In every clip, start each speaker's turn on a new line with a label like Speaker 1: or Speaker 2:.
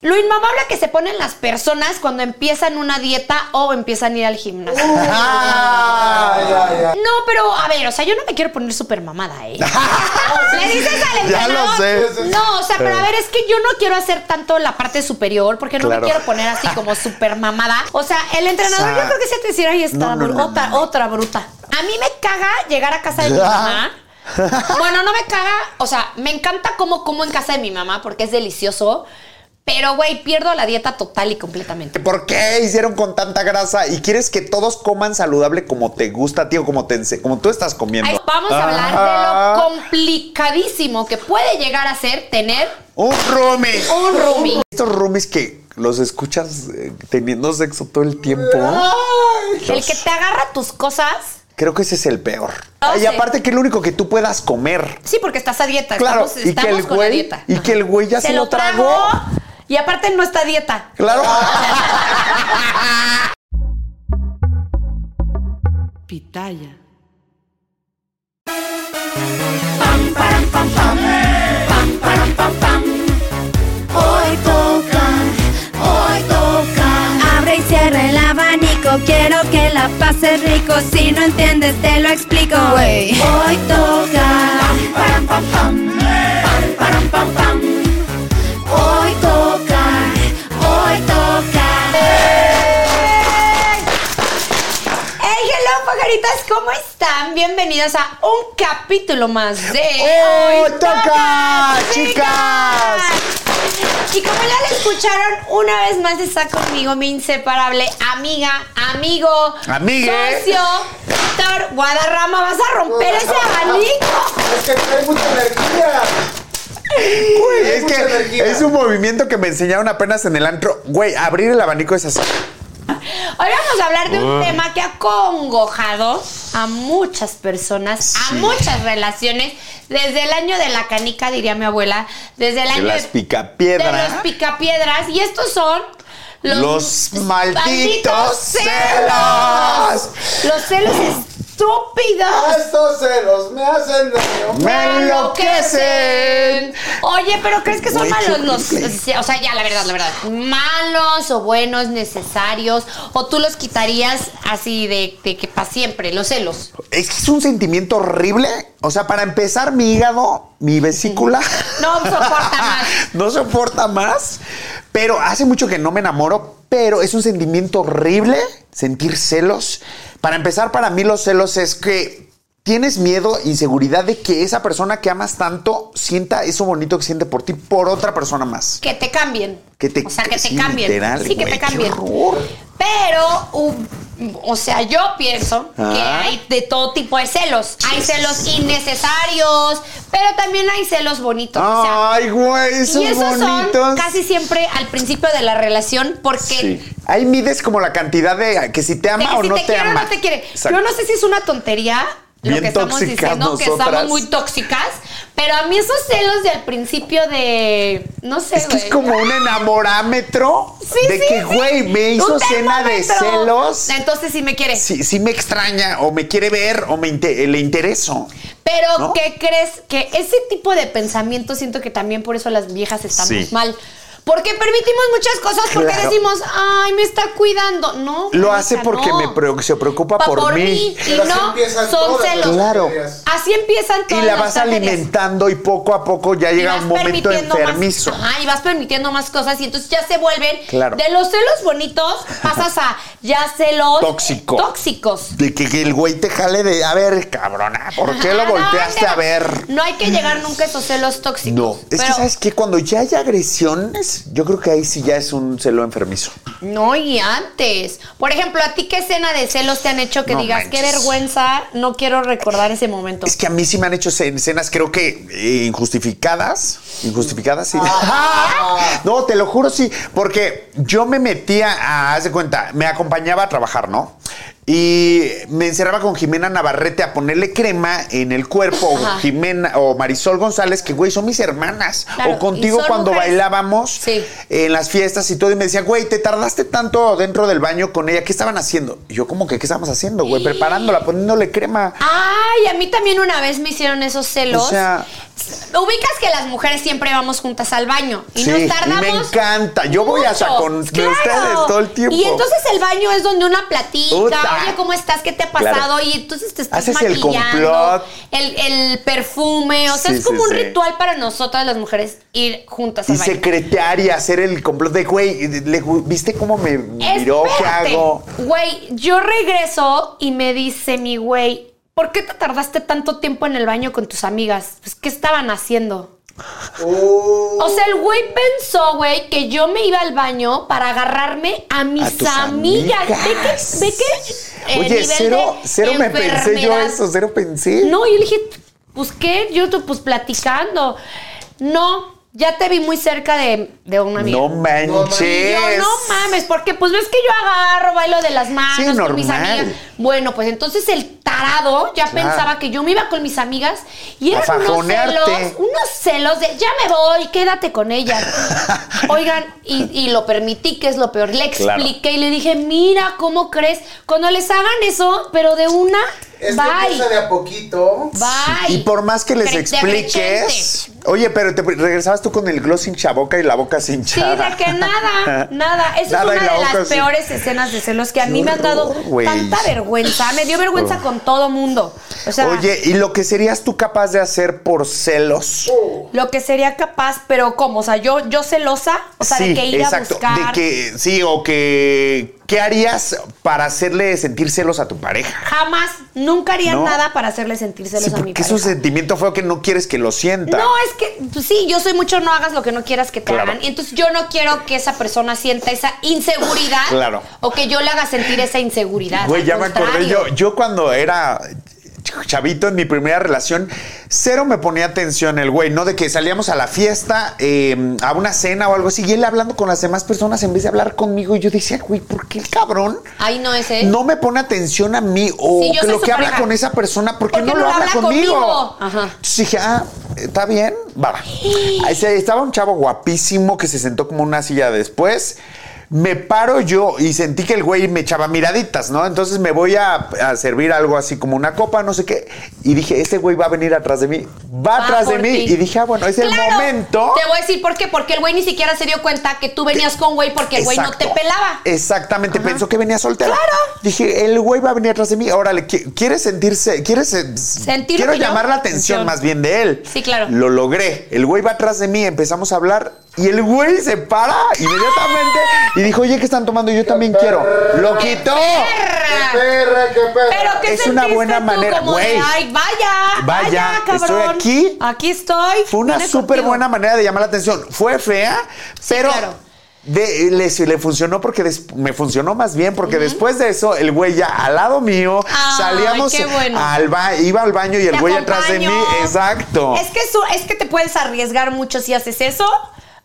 Speaker 1: Lo inmamable que se ponen las personas cuando empiezan una dieta o empiezan a ir al gimnasio. No, pero a ver, o sea, yo no me quiero poner súper mamada, ¿eh? Le dices al
Speaker 2: Ya lo
Speaker 1: entrenador.
Speaker 2: sé.
Speaker 1: No, o sea, pero a ver, es que yo no quiero hacer tanto la parte superior porque no
Speaker 2: Claro.
Speaker 1: me quiero poner así como súper mamada. O sea, el entrenador
Speaker 2: O sea,
Speaker 1: yo creo que se te hiciera ahí está,
Speaker 2: no, no, no,
Speaker 1: otra, otra bruta. A mí me caga llegar a casa de mi
Speaker 2: Ya.
Speaker 1: mamá. Bueno, no me caga, o sea, me encanta cómo como en casa de mi mamá porque es delicioso. Pero, güey, pierdo la dieta total y completamente.
Speaker 2: ¿Por qué hicieron con tanta grasa? Y quieres que todos coman saludable como te gusta, tío, como, te, ense- como tú estás comiendo.
Speaker 1: Ahí vamos a hablar de lo complicadísimo que puede llegar a ser tener
Speaker 2: Un roomie.
Speaker 1: un roomie.
Speaker 2: Estos roomies que los escuchas eh, teniendo sexo todo el tiempo.
Speaker 1: Ah. El que te agarra tus cosas.
Speaker 2: Creo que ese es el peor.
Speaker 1: No
Speaker 2: y
Speaker 1: sé.
Speaker 2: aparte que es lo único que tú puedas comer.
Speaker 1: Sí, porque estás a dieta.
Speaker 2: Claro,
Speaker 1: estamos,
Speaker 2: y que
Speaker 1: estamos
Speaker 2: el
Speaker 1: con la
Speaker 2: güey-
Speaker 1: dieta.
Speaker 2: y que el güey ya se lo tragó.
Speaker 1: Y aparte no está a dieta.
Speaker 2: Claro.
Speaker 3: Pitaya.
Speaker 4: Hoy toca, hoy toca. Abre y cierra el abanico, quiero que la pases rico. Si no entiendes, te lo explico. Hoy toca. Pam, param, pam, pam. Hoy toca, hoy toca.
Speaker 1: Hey, hello, pajaritas, ¿cómo están? Bienvenidas a un capítulo más de
Speaker 2: Hoy ¡Oh, toca, chicas.
Speaker 1: Y como ya lo escucharon, una vez más está conmigo mi inseparable amiga, amigo,
Speaker 2: Amigue.
Speaker 1: socio, Héctor Guadarrama. Vas a romper ese abanico.
Speaker 2: Güey, es que es un movimiento que me enseñaron apenas en el antro. Güey, abrir el abanico es así.
Speaker 1: Hoy vamos a hablar de un tema que ha congojado a muchas personas, a muchas relaciones. Desde el año de la canica, diría mi abuela, desde el año
Speaker 2: las
Speaker 1: de-
Speaker 2: picapiedras.
Speaker 1: de los picapiedras. Y estos son
Speaker 2: Los malditos celos.
Speaker 1: Los celos estúpidos.
Speaker 5: Estos celos me hacen daño.
Speaker 2: ¡Me enloquecen!
Speaker 1: Oye, pero ¿crees que son
Speaker 2: Güey, qué
Speaker 1: malos los.? O sea, ya, la verdad, la verdad. Malos o buenos, necesarios. O tú los quitarías así de, de que para siempre, los celos.
Speaker 2: Es que es un sentimiento horrible. O sea, para empezar, mi hígado, mi vesícula.
Speaker 1: No soporta más.
Speaker 2: no soporta más. Pero hace mucho que no me enamoro, pero es un sentimiento horrible sentir celos. Para empezar, para mí los celos es que tienes miedo, inseguridad de que esa persona que amas tanto sienta eso bonito que siente por ti por otra persona más.
Speaker 1: Que te cambien.
Speaker 2: Que te,
Speaker 1: O sea, que te
Speaker 2: sí,
Speaker 1: cambien.
Speaker 2: literal,
Speaker 1: sí, que
Speaker 2: güey,
Speaker 1: te
Speaker 2: qué
Speaker 1: cambien.
Speaker 2: horror.
Speaker 1: Pero, u- o sea, yo pienso que
Speaker 2: Ah.
Speaker 1: hay de todo tipo de celos. Hay celos innecesarios, pero también hay celos bonitos. o sea,
Speaker 2: Ay, güey, Ah, esos
Speaker 1: y esos son
Speaker 2: bonitos.
Speaker 1: casi siempre al principio de la relación porque...
Speaker 2: Sí. Ahí mides como la cantidad de que si te
Speaker 1: de
Speaker 2: ama
Speaker 1: que
Speaker 2: o
Speaker 1: si
Speaker 2: no
Speaker 1: te,
Speaker 2: te,
Speaker 1: quiere
Speaker 2: ama.
Speaker 1: o no te quiere.
Speaker 2: Exacto.
Speaker 1: Yo no sé si es una tontería lo
Speaker 2: Bien
Speaker 1: que estamos
Speaker 2: tóxicas
Speaker 1: diciendo, que
Speaker 2: nosotras.
Speaker 1: estamos muy tóxicas, pero a mí esos celos del principio de... No sé,
Speaker 2: Es que es
Speaker 1: güey.
Speaker 2: como un enamorámetro
Speaker 1: Sí,
Speaker 2: de
Speaker 1: sí,
Speaker 2: que,
Speaker 1: sí.
Speaker 2: güey, me hizo
Speaker 1: Un
Speaker 2: cena de
Speaker 1: termómetro.
Speaker 2: celos.
Speaker 1: Entonces sí me quiere.
Speaker 2: Si, si me extraña o me quiere ver o me inte- le intereso.
Speaker 1: Pero,
Speaker 2: ¿No?
Speaker 1: ¿qué crees? Que ese tipo de pensamiento siento que también por eso las viejas estamos
Speaker 2: Sí.
Speaker 1: mal. Porque permitimos muchas cosas porque
Speaker 2: Claro.
Speaker 1: decimos, ay, me está cuidando. No.
Speaker 2: Lo
Speaker 1: Mónica,
Speaker 2: hace porque
Speaker 1: no.
Speaker 2: me pre- se preocupa
Speaker 1: Pa-
Speaker 2: por mí.
Speaker 1: Y
Speaker 5: Pero así
Speaker 1: no,
Speaker 5: empiezan
Speaker 1: son
Speaker 5: todas las
Speaker 1: celos.
Speaker 2: Claro.
Speaker 5: bacterias.
Speaker 1: Así empiezan
Speaker 2: Y
Speaker 1: todas
Speaker 2: la
Speaker 1: las
Speaker 2: vas
Speaker 1: bacterias.
Speaker 2: alimentando y poco a poco ya
Speaker 1: Y
Speaker 2: llega
Speaker 1: vas
Speaker 2: un momento
Speaker 1: permitiendo más-
Speaker 2: enfermizo.
Speaker 1: Ajá, y vas permitiendo más cosas y entonces ya se vuelven
Speaker 2: Claro.
Speaker 1: de los celos bonitos pasas a ya celos
Speaker 2: Tóxico.
Speaker 1: tóxicos.
Speaker 2: De que, que el güey te jale de, a ver, cabrona, ¿por qué lo
Speaker 1: Ajá, Ah,
Speaker 2: volteaste
Speaker 1: no,
Speaker 2: a ver?
Speaker 1: No hay que llegar nunca a esos celos tóxicos.
Speaker 2: No, es que
Speaker 1: Pero-
Speaker 2: sabes que cuando ya hay agresiones, yo creo que ahí sí ya es un celo enfermizo.
Speaker 1: No, y antes. Por ejemplo, ¿a ti qué escena de celos te han hecho que
Speaker 2: No
Speaker 1: digas
Speaker 2: manches.
Speaker 1: qué vergüenza? No quiero recordar ese momento.
Speaker 2: Es que a mí sí me han hecho cen- cenas, creo que eh, injustificadas. Injustificadas, sí. no, te lo juro, sí. Porque yo me metía a, haz de cuenta, me acompañaba a trabajar, ¿no? Y me encerraba con Jimena Navarrete a ponerle crema en el cuerpo, o
Speaker 1: Ajá.
Speaker 2: Jimena, o Marisol González, que güey, son mis hermanas.
Speaker 1: Claro,
Speaker 2: o contigo
Speaker 1: y son
Speaker 2: cuando
Speaker 1: mujeres.
Speaker 2: bailábamos
Speaker 1: Sí.
Speaker 2: en las fiestas y todo, y me decía, güey, te tardaste tanto dentro del baño con ella, ¿qué estaban haciendo? Y yo, como que, ¿qué estábamos haciendo, güey? Preparándola, poniéndole crema.
Speaker 1: Ay, a mí también una vez me hicieron esos celos.
Speaker 2: O sea-
Speaker 1: ubicas que las mujeres siempre vamos juntas al baño y
Speaker 2: Sí,
Speaker 1: nos
Speaker 2: y
Speaker 1: tardamos.
Speaker 2: me encanta. Yo voy
Speaker 1: mucho.
Speaker 2: hasta con
Speaker 1: Claro.
Speaker 2: ustedes todo el tiempo.
Speaker 1: Y entonces el baño es donde una platica,
Speaker 2: Puta.
Speaker 1: oye, ¿cómo estás? ¿Qué te ha
Speaker 2: Claro.
Speaker 1: pasado? Y entonces te estás
Speaker 2: Haces el
Speaker 1: maquillando.
Speaker 2: complot.
Speaker 1: El, el perfume, o sea,
Speaker 2: Sí,
Speaker 1: es como
Speaker 2: sí,
Speaker 1: un
Speaker 2: sí.
Speaker 1: ritual para nosotras las mujeres ir juntas al
Speaker 2: y
Speaker 1: baño.
Speaker 2: secretaria, hacer el complot de güey. le- ¿Viste cómo me miró? ¿Qué
Speaker 1: Espérate.
Speaker 2: hago?
Speaker 1: Güey, yo regreso y me dice mi güey, ¿por qué te tardaste tanto tiempo en el baño con tus amigas? Pues, ¿qué estaban haciendo?
Speaker 2: Oh.
Speaker 1: O sea, el güey pensó, güey, que yo me iba al baño para agarrarme a
Speaker 2: A
Speaker 1: mis
Speaker 2: tus
Speaker 1: amigas.
Speaker 2: amigas.
Speaker 1: ¿Ve que, ve que eh,
Speaker 2: Oye,
Speaker 1: nivel
Speaker 2: cero,
Speaker 1: de
Speaker 2: cero me pensé yo
Speaker 1: enfermedad?
Speaker 2: eso, cero pensé.
Speaker 1: No, yo le dije, pues qué, yo te- pues platicando. No, ya te vi muy cerca de, de una amiga.
Speaker 2: No manches.
Speaker 1: Yo, no mames, porque pues ves que yo agarro, bailo de las manos
Speaker 2: Sí,
Speaker 1: con
Speaker 2: normal.
Speaker 1: mis amigas. Bueno, pues entonces el tarado ya pensaba que yo me iba con mis amigas y
Speaker 2: A
Speaker 1: eran unos
Speaker 2: fajonearte.
Speaker 1: celos, unos celos de ya me voy, quédate con ellas. Oigan, y, y lo permití, que es lo peor. Le
Speaker 2: Claro.
Speaker 1: expliqué y le dije, mira, ¿cómo crees? Cuando les hagan eso, pero de una,
Speaker 5: Es que empieza
Speaker 1: bye.
Speaker 5: de a poquito.
Speaker 1: Bye.
Speaker 2: Y por más que les
Speaker 1: Cre- de
Speaker 2: expliques. Oye, pero te regresabas tú con el gloss hincha boca y la boca sin
Speaker 1: Sí, de que nada, nada. Esa es
Speaker 2: Nada en
Speaker 1: una
Speaker 2: la
Speaker 1: de las
Speaker 2: boca, sí.
Speaker 1: peores escenas de celos que a
Speaker 2: Qué
Speaker 1: mí me han dado
Speaker 2: horror, güey. Oh.
Speaker 1: tanta vergüenza. Me dio vergüenza con todo mundo. O sea,
Speaker 2: Oye, ¿y lo que serías tú capaz de hacer por celos?
Speaker 1: lo que sería capaz, pero ¿cómo? O sea, yo, yo celosa, o sea, de que ir
Speaker 2: exacto.
Speaker 1: a buscar.
Speaker 2: De que, sí, o que. ¿Qué harías para hacerle sentir celos a tu pareja?
Speaker 1: Jamás, nunca haría
Speaker 2: No.
Speaker 1: nada para hacerle sentir celos
Speaker 2: Sí,
Speaker 1: a mi
Speaker 2: porque es
Speaker 1: pareja.
Speaker 2: un sentimiento feo que no quieres que lo sienta.
Speaker 1: No, es que pues, sí, yo soy mucho no hagas lo que no quieras que te
Speaker 2: Claro.
Speaker 1: hagan. Y entonces yo no quiero que esa persona sienta esa inseguridad
Speaker 2: Claro.
Speaker 1: o que yo le haga sentir esa inseguridad.
Speaker 2: Güey,
Speaker 1: Al
Speaker 2: ya me acordé
Speaker 1: contrario.
Speaker 2: yo. Yo cuando era chavito en mi primera relación, cero me ponía atención el güey, ¿no? De que salíamos a la fiesta, eh, a una cena o algo así, y él hablando con las demás personas en vez de hablar conmigo. Y yo decía, güey, ¿por qué el cabrón?
Speaker 1: Ay, no ese.
Speaker 2: No me pone atención a mí o
Speaker 1: Sí, yo
Speaker 2: que
Speaker 1: soy
Speaker 2: lo
Speaker 1: su
Speaker 2: que habla
Speaker 1: pareja.
Speaker 2: con esa persona, ¿por qué
Speaker 1: ¿Por
Speaker 2: no, lo habla, conmigo?
Speaker 1: Ajá.
Speaker 2: Entonces dije, ah, está bien, va. Ahí se- Estaba un chavo guapísimo que se sentó como una silla después. Me paro yo y sentí que el güey me echaba miraditas, ¿no? Entonces me voy a, a servir algo así como una copa, no sé qué. Y dije, este güey va a venir atrás de mí. Va,
Speaker 1: Va
Speaker 2: atrás de
Speaker 1: por
Speaker 2: mí.
Speaker 1: ti.
Speaker 2: Y dije, ah, bueno, es el
Speaker 1: Claro,
Speaker 2: momento.
Speaker 1: Te voy a decir por qué. Porque el güey ni siquiera se dio cuenta que tú venías con güey porque el güey no te
Speaker 2: Exacto. Eh,
Speaker 1: pelaba.
Speaker 2: Exactamente, pensó que venía soltero.
Speaker 1: Claro.
Speaker 2: Dije, el güey va a venir atrás de mí. Órale, qui- quiere sentirse, quiere se-
Speaker 1: Sentir
Speaker 2: quiero
Speaker 1: lo que yo-
Speaker 2: llamar la atención
Speaker 1: atención.
Speaker 2: más bien de él.
Speaker 1: Sí, claro.
Speaker 2: Lo logré. El güey va atrás de mí, empezamos a hablar y el güey se para inmediatamente y dijo, "Oye, ¿qué están tomando? Yo también quiero." Lo quitó.
Speaker 1: Perra.
Speaker 5: Perra, qué perra.
Speaker 1: Pero que
Speaker 2: Es una buena manera, güey.
Speaker 1: Ay, vaya,
Speaker 2: Vaya,
Speaker 1: vaya,
Speaker 2: estoy
Speaker 1: cabrón.
Speaker 2: aquí.
Speaker 1: Aquí estoy.
Speaker 2: Fue una
Speaker 1: Vale
Speaker 2: súper
Speaker 1: contigo.
Speaker 2: buena manera de llamar la atención. Fue fea, pero
Speaker 1: claro.
Speaker 2: de- le, le funcionó porque des- me funcionó más bien, porque después de eso, el güey ya al lado mío,
Speaker 1: Ay,
Speaker 2: salíamos
Speaker 1: qué bueno.
Speaker 2: al ba- iba al baño y el
Speaker 1: Te
Speaker 2: güey atrás de mí.
Speaker 1: acompaño.
Speaker 2: Exacto.
Speaker 1: Es que, su- es que te puedes arriesgar mucho si haces eso.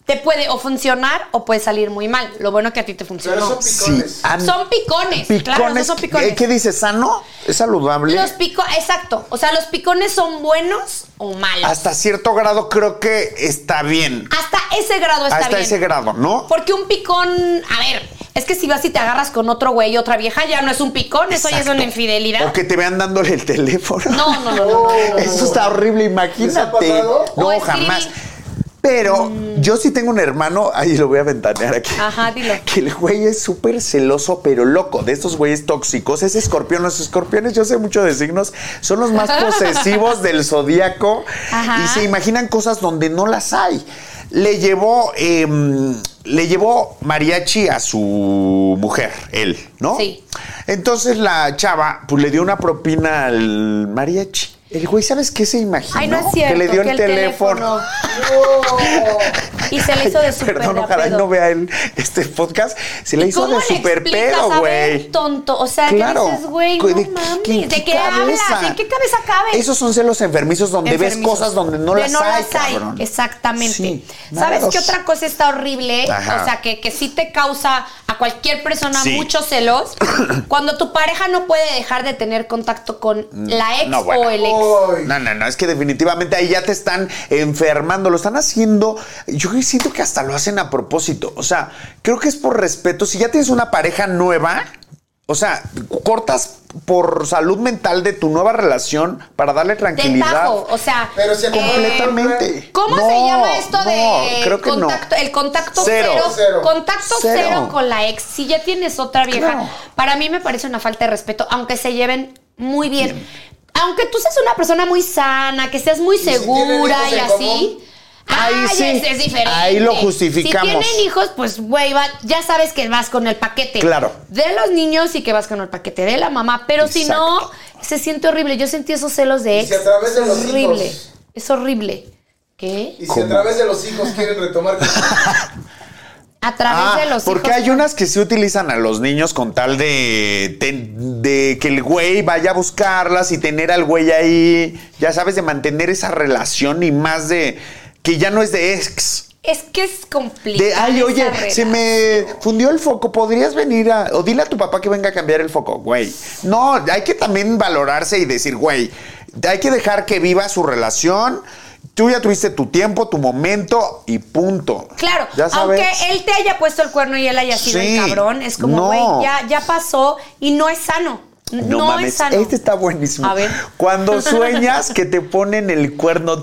Speaker 1: Te puede o funcionar o puede salir muy mal. Lo bueno que a ti te
Speaker 5: Pero
Speaker 1: funcionó.
Speaker 5: son picones.
Speaker 2: a mí-
Speaker 1: Son picones, claro, esos son picones.
Speaker 2: ¿Qué- ¿Qué dices? ¿Sano? ¿Es saludable?
Speaker 1: Los picones, exacto. O sea, los picones son buenos o malos. Hasta,
Speaker 2: Hasta cierto grado creo que está bien.
Speaker 1: ese grado Ah, está
Speaker 2: Hasta
Speaker 1: bien.
Speaker 2: ese grado, ¿no?
Speaker 1: Porque un picón, a ver, es que si vas y te agarras con otro güey y otra vieja, ya no es un picón, eso ya es
Speaker 2: Exacto.
Speaker 1: una infidelidad.
Speaker 2: O que te vean dándole el teléfono.
Speaker 1: No, no, no, no, no, no, no.
Speaker 2: Eso está horrible,
Speaker 5: ¿Les ha
Speaker 2: imagínate.
Speaker 5: pasado?
Speaker 2: No,
Speaker 1: O escribir.
Speaker 2: jamás. Pero yo sí tengo un hermano, ahí lo voy a ventanear aquí.
Speaker 1: Ajá, dilo.
Speaker 2: Que el güey es súper celoso, pero loco, de estos güeyes tóxicos. Es escorpión. Los escorpiones, yo sé mucho de signos, son los más posesivos del zodíaco
Speaker 1: Ajá.
Speaker 2: y se imaginan cosas donde no las hay. Le llevó, em, le llevó mariachi a su mujer, él, ¿no?
Speaker 1: Sí.
Speaker 2: Entonces la chava pues, le dio una propina al mariachi. El güey, ¿sabes qué se imagina?
Speaker 1: Ay, no es cierto.
Speaker 2: Que le dio el,
Speaker 1: el
Speaker 2: teléfono.
Speaker 1: Y se le hizo de
Speaker 2: Ay,
Speaker 1: super
Speaker 2: Perdón, ojalá y no vea el, este podcast. Se le hizo
Speaker 1: ¿Cómo
Speaker 2: de
Speaker 1: le
Speaker 2: super
Speaker 1: explicas
Speaker 2: pedo,
Speaker 1: a ver,
Speaker 2: güey.
Speaker 1: tonto? O sea,
Speaker 2: Claro.
Speaker 1: ¿qué dices, güey? No
Speaker 2: ¿De qué-
Speaker 1: mames.
Speaker 2: qué- en
Speaker 1: ¿De
Speaker 2: qué
Speaker 1: qué hablas?
Speaker 2: cabeza?
Speaker 1: ¿En qué cabeza cabe?
Speaker 2: Esos son celos enfermizos donde ves
Speaker 1: Enfermizos.
Speaker 2: cosas donde no
Speaker 1: De
Speaker 2: las hay, cabrón.
Speaker 1: Exactamente.
Speaker 2: Sí,
Speaker 1: ¿Sabes
Speaker 2: nada,
Speaker 1: qué
Speaker 2: dos.
Speaker 1: otra cosa está horrible?
Speaker 2: Ajá.
Speaker 1: O sea, que, que sí te causa a cualquier persona
Speaker 2: Sí.
Speaker 1: muchos celos. cuando tu pareja no puede dejar de tener contacto con la ex
Speaker 2: no, bueno.
Speaker 1: o el ex.
Speaker 2: No, no, no, es que definitivamente ahí ya te están enfermando, lo están haciendo. Yo siento que hasta lo hacen a propósito. O sea, creo que es por respeto. Si ya tienes una pareja nueva, o sea, cortas por salud mental de tu nueva relación para darle
Speaker 1: De
Speaker 2: tranquilidad.
Speaker 1: tajo, o sea,
Speaker 5: Pero si
Speaker 1: eh,
Speaker 2: Completamente.
Speaker 1: ¿Cómo
Speaker 2: No,
Speaker 1: se llama esto de
Speaker 2: no, creo que no.
Speaker 1: contacto, el contacto
Speaker 2: Cero.
Speaker 1: cero,
Speaker 5: Cero.
Speaker 1: contacto
Speaker 2: Cero.
Speaker 1: cero. con la ex? Si ya tienes otra vieja,
Speaker 2: Claro.
Speaker 1: para mí me parece una falta de respeto, aunque se lleven muy bien. Aunque tú seas una persona muy sana, que seas muy
Speaker 5: tienen
Speaker 1: segura
Speaker 5: hijos
Speaker 1: y
Speaker 5: en común?
Speaker 1: así.
Speaker 2: Ahí
Speaker 1: ay, este
Speaker 2: sí,
Speaker 1: es, es diferente.
Speaker 2: ahí lo justificamos.
Speaker 1: Si tienen hijos, pues güey, va- ya sabes que vas con el paquete.
Speaker 2: Claro.
Speaker 1: De los niños y que vas con el paquete de la mamá, pero si no, se siente horrible. Yo sentí esos celos de
Speaker 5: Y
Speaker 1: ex.
Speaker 5: si a través de
Speaker 1: es
Speaker 5: los
Speaker 1: horrible.
Speaker 5: hijos.
Speaker 1: Es horrible. ¿Qué?
Speaker 5: Y si a través de los hijos quieren retomar.
Speaker 1: A través
Speaker 2: Ah,
Speaker 1: de los
Speaker 2: porque
Speaker 1: hijos.
Speaker 2: hay unas que se utilizan a los niños con tal de, de- de que el güey vaya a buscarlas y tener al güey ahí, ya sabes, de mantener esa relación y más de que ya no es de ex.
Speaker 1: Es que es complicado.
Speaker 2: De, ay,
Speaker 1: esa
Speaker 2: oye, se
Speaker 1: relación.
Speaker 2: me fundió el foco, podrías venir a... O dile a tu papá que venga a cambiar el foco, güey. No, hay que también valorarse y decir, güey, hay que dejar que viva su relación. Tú ya tuviste tu tiempo, tu momento y punto.
Speaker 1: Claro,
Speaker 2: ya sabes.
Speaker 1: aunque él te haya puesto el cuerno y él haya sido
Speaker 2: Sí.
Speaker 1: el cabrón, es como,
Speaker 2: No.
Speaker 1: güey, ya, ya pasó y no es sano. N- No,
Speaker 2: No, mames,
Speaker 1: es sano.
Speaker 2: este está buenísimo.
Speaker 1: A ver.
Speaker 2: Cuando sueñas que te ponen el cuerno.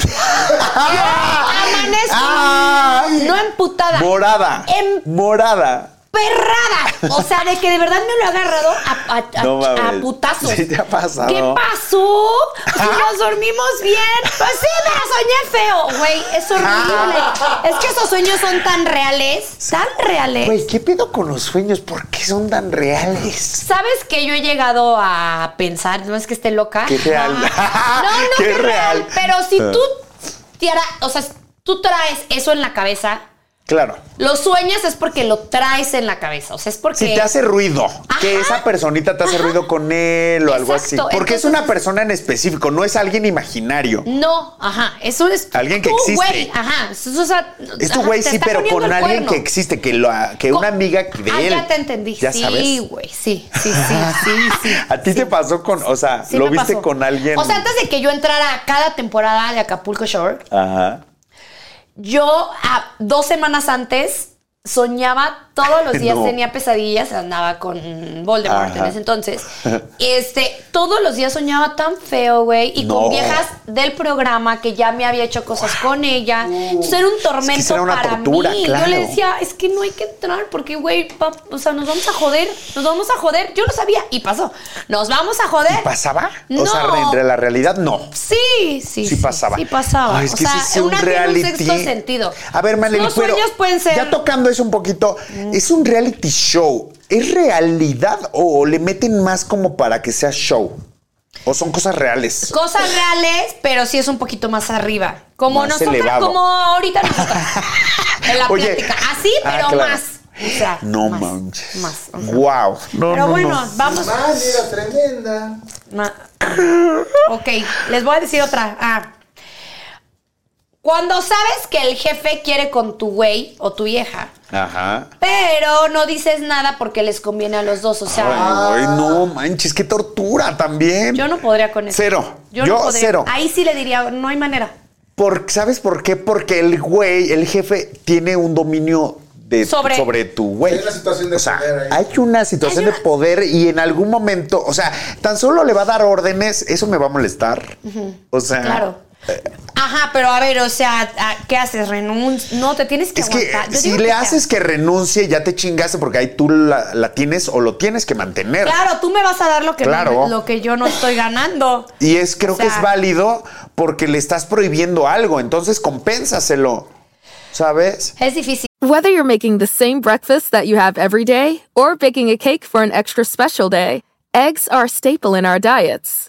Speaker 1: Amanezco.
Speaker 2: Ay.
Speaker 1: No emputada.
Speaker 2: Morada.
Speaker 1: Em-
Speaker 2: Morada.
Speaker 1: perrada. O sea, de que de verdad me lo ha agarrado a, a- a-
Speaker 2: No mames.
Speaker 1: a putazos.
Speaker 2: Sí te ha pasado.
Speaker 1: ¿Qué pasó? Si nos dormimos bien. Pues sí, pero soñé feo. Güey, es horrible. Es que esos sueños son tan reales. Tan reales.
Speaker 2: Güey, ¿qué pedo con los sueños? ¿Por qué son tan reales?
Speaker 1: ¿Sabes que yo he llegado a pensar? No es que esté loca.
Speaker 2: Qué real.
Speaker 1: Ah. No, no,
Speaker 2: Qué
Speaker 1: qué real.
Speaker 2: real.
Speaker 1: Pero si
Speaker 2: Ah.
Speaker 1: tú, tiara- o sea, tú traes eso en la cabeza,
Speaker 2: Claro.
Speaker 1: lo sueñas es porque lo traes en la cabeza. O sea, es porque...
Speaker 2: Si te hace ruido, que
Speaker 1: Ajá.
Speaker 2: esa personita te hace
Speaker 1: Ajá.
Speaker 2: ruido con él o algo así.
Speaker 1: Exacto,
Speaker 2: Porque
Speaker 1: entonces-
Speaker 2: es
Speaker 1: Mm,
Speaker 2: una persona en específico, no es alguien imaginario.
Speaker 1: No, ajá, eso es
Speaker 2: Alguien que
Speaker 1: tú,
Speaker 2: existe.
Speaker 1: güey, ajá, eso, o sea,
Speaker 2: Es tu
Speaker 1: ajá,
Speaker 2: güey,
Speaker 1: te
Speaker 2: sí,
Speaker 1: está
Speaker 2: pero
Speaker 1: poniendo
Speaker 2: con
Speaker 1: el
Speaker 2: alguien
Speaker 1: cuerno.
Speaker 2: que existe, que, lo, ha- que una
Speaker 1: Con-
Speaker 2: amiga de
Speaker 1: ah,
Speaker 2: él.
Speaker 1: ya te entendí.
Speaker 2: Ya
Speaker 1: sí,
Speaker 2: sabes.
Speaker 1: güey, sí, sí, sí, sí, sí.
Speaker 2: A ti
Speaker 1: sí.
Speaker 2: te pasó con, o sea,
Speaker 1: Sí
Speaker 2: lo
Speaker 1: me
Speaker 2: viste
Speaker 1: pasó.
Speaker 2: con alguien.
Speaker 1: O sea, antes de que yo entrara a cada temporada de Acapulco Shore,
Speaker 2: Ajá.
Speaker 1: yo a dos semanas antes soñaba todos los días,
Speaker 2: No.
Speaker 1: tenía pesadillas, andaba con Voldemort
Speaker 2: Ajá.
Speaker 1: en ese entonces. Este, todos los días soñaba tan feo, güey, y
Speaker 2: No.
Speaker 1: con viejas del programa que ya me había hecho cosas con ella. Entonces era un tormento
Speaker 2: Uh. Es que era una
Speaker 1: para
Speaker 2: tortura,
Speaker 1: mí.
Speaker 2: claro.
Speaker 1: Yo le decía, es que no hay que entrar porque, güey, pa- o sea, nos vamos a joder, nos vamos a joder. Yo lo sabía y pasó. Nos vamos a joder.
Speaker 2: ¿Pasaba? O
Speaker 1: No.
Speaker 2: sea, re- entre la realidad, no.
Speaker 1: Sí, sí.
Speaker 2: Sí pasaba.
Speaker 1: Sí pasaba.
Speaker 2: Ay, es que
Speaker 1: o sea,
Speaker 2: ese es
Speaker 1: una
Speaker 2: un
Speaker 1: tiene
Speaker 2: reality.
Speaker 1: un sexto sentido.
Speaker 2: A ver, Maneli,
Speaker 1: Los
Speaker 2: pero
Speaker 1: sueños pueden ser. Mm.
Speaker 2: Ya tocando eso un poquito, es un reality show. ¿Es realidad o le meten más como para que sea show? ¿O son cosas reales?
Speaker 1: Cosas reales, pero sí es un poquito más arriba. Como
Speaker 2: Más
Speaker 1: nosotras,
Speaker 2: elevado.
Speaker 1: como ahorita nosotras. en la
Speaker 2: Oye.
Speaker 1: plática. Así,
Speaker 2: Ah,
Speaker 1: pero
Speaker 2: claro.
Speaker 1: más. O sea,
Speaker 2: No
Speaker 1: más,
Speaker 2: manches.
Speaker 1: Más. ajá.
Speaker 2: Wow. No,
Speaker 1: pero
Speaker 2: no,
Speaker 1: bueno,
Speaker 2: no.
Speaker 1: vamos.
Speaker 5: Más era tremenda.
Speaker 1: Ma- Ok, les voy a decir otra. Ah. Cuando sabes que el jefe quiere con tu güey o tu vieja,
Speaker 2: Ajá.
Speaker 1: pero no dices nada porque les conviene a los dos. O sea,
Speaker 2: Ay, güey, no manches, qué tortura también.
Speaker 1: Yo no podría con eso.
Speaker 2: Cero.
Speaker 1: Yo,
Speaker 2: Yo
Speaker 1: no podría.
Speaker 2: cero.
Speaker 1: Ahí sí le diría, no hay manera.
Speaker 2: Por- ¿Sabes por qué? Porque el güey, el jefe, tiene un dominio de, sobre,
Speaker 1: Sobre-
Speaker 2: tu güey.
Speaker 5: Hay una situación de
Speaker 2: o sea,
Speaker 5: poder ahí.
Speaker 2: Hay una
Speaker 1: Hay
Speaker 2: situación de
Speaker 1: una-
Speaker 2: poder y en algún momento, o sea, tan solo le va a dar órdenes, eso me va a molestar. O sea,
Speaker 1: Claro.
Speaker 2: Eh.
Speaker 1: Ajá, pero a ver, o sea, ¿a- ¿qué haces? Renuncia. No, te tienes que
Speaker 2: Es que
Speaker 1: aguantar. Yo
Speaker 2: si
Speaker 1: digo
Speaker 2: le
Speaker 1: que-
Speaker 2: haces que renuncie, ya te chingaste porque ahí tú la, la tienes o lo tienes que mantener.
Speaker 1: Claro, tú me vas a dar lo que, no-
Speaker 2: Claro.
Speaker 1: lo que yo no estoy ganando.
Speaker 2: Y es, creo
Speaker 1: O sea-
Speaker 2: que es válido porque le estás prohibiendo algo, entonces compénsaselo. ¿Sabes?
Speaker 1: Es difícil.
Speaker 6: Whether you're making the same breakfast that you have every day or baking a cake for an extra special day, eggs are a staple in our diets.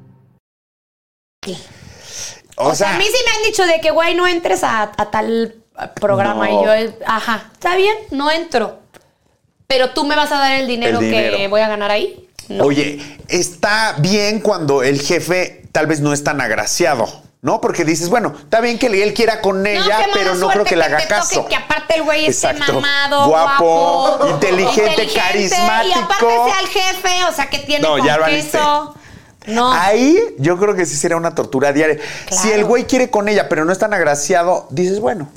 Speaker 2: O,
Speaker 1: a
Speaker 2: sea,
Speaker 1: mí sí me han dicho de que, güey, no entres a, a tal programa.
Speaker 2: No.
Speaker 1: Y yo, eh, ajá, está bien, no entro. Pero tú me vas a dar el dinero,
Speaker 2: El
Speaker 1: que
Speaker 2: dinero.
Speaker 1: voy a ganar ahí. No.
Speaker 2: oye, está bien cuando el jefe tal vez no es tan agraciado, ¿no? Porque dices, bueno, está bien que él quiera con
Speaker 1: No,
Speaker 2: ella,
Speaker 1: qué mala
Speaker 2: pero no
Speaker 1: suerte
Speaker 2: creo que le haga
Speaker 1: te toque,
Speaker 2: caso.
Speaker 1: Que aparte el güey esté
Speaker 2: Exacto.
Speaker 1: mamado, guapo,
Speaker 2: Guapo, inteligente, carismático.
Speaker 1: Y aparte sea el jefe, o sea, que tiene
Speaker 2: No,
Speaker 1: con
Speaker 2: ya este, valiste.
Speaker 1: queso. No.
Speaker 2: Ahí yo creo que sí sería una tortura diaria.
Speaker 1: Claro.
Speaker 2: Si el güey quiere con ella, pero no es tan agraciado, dices, bueno,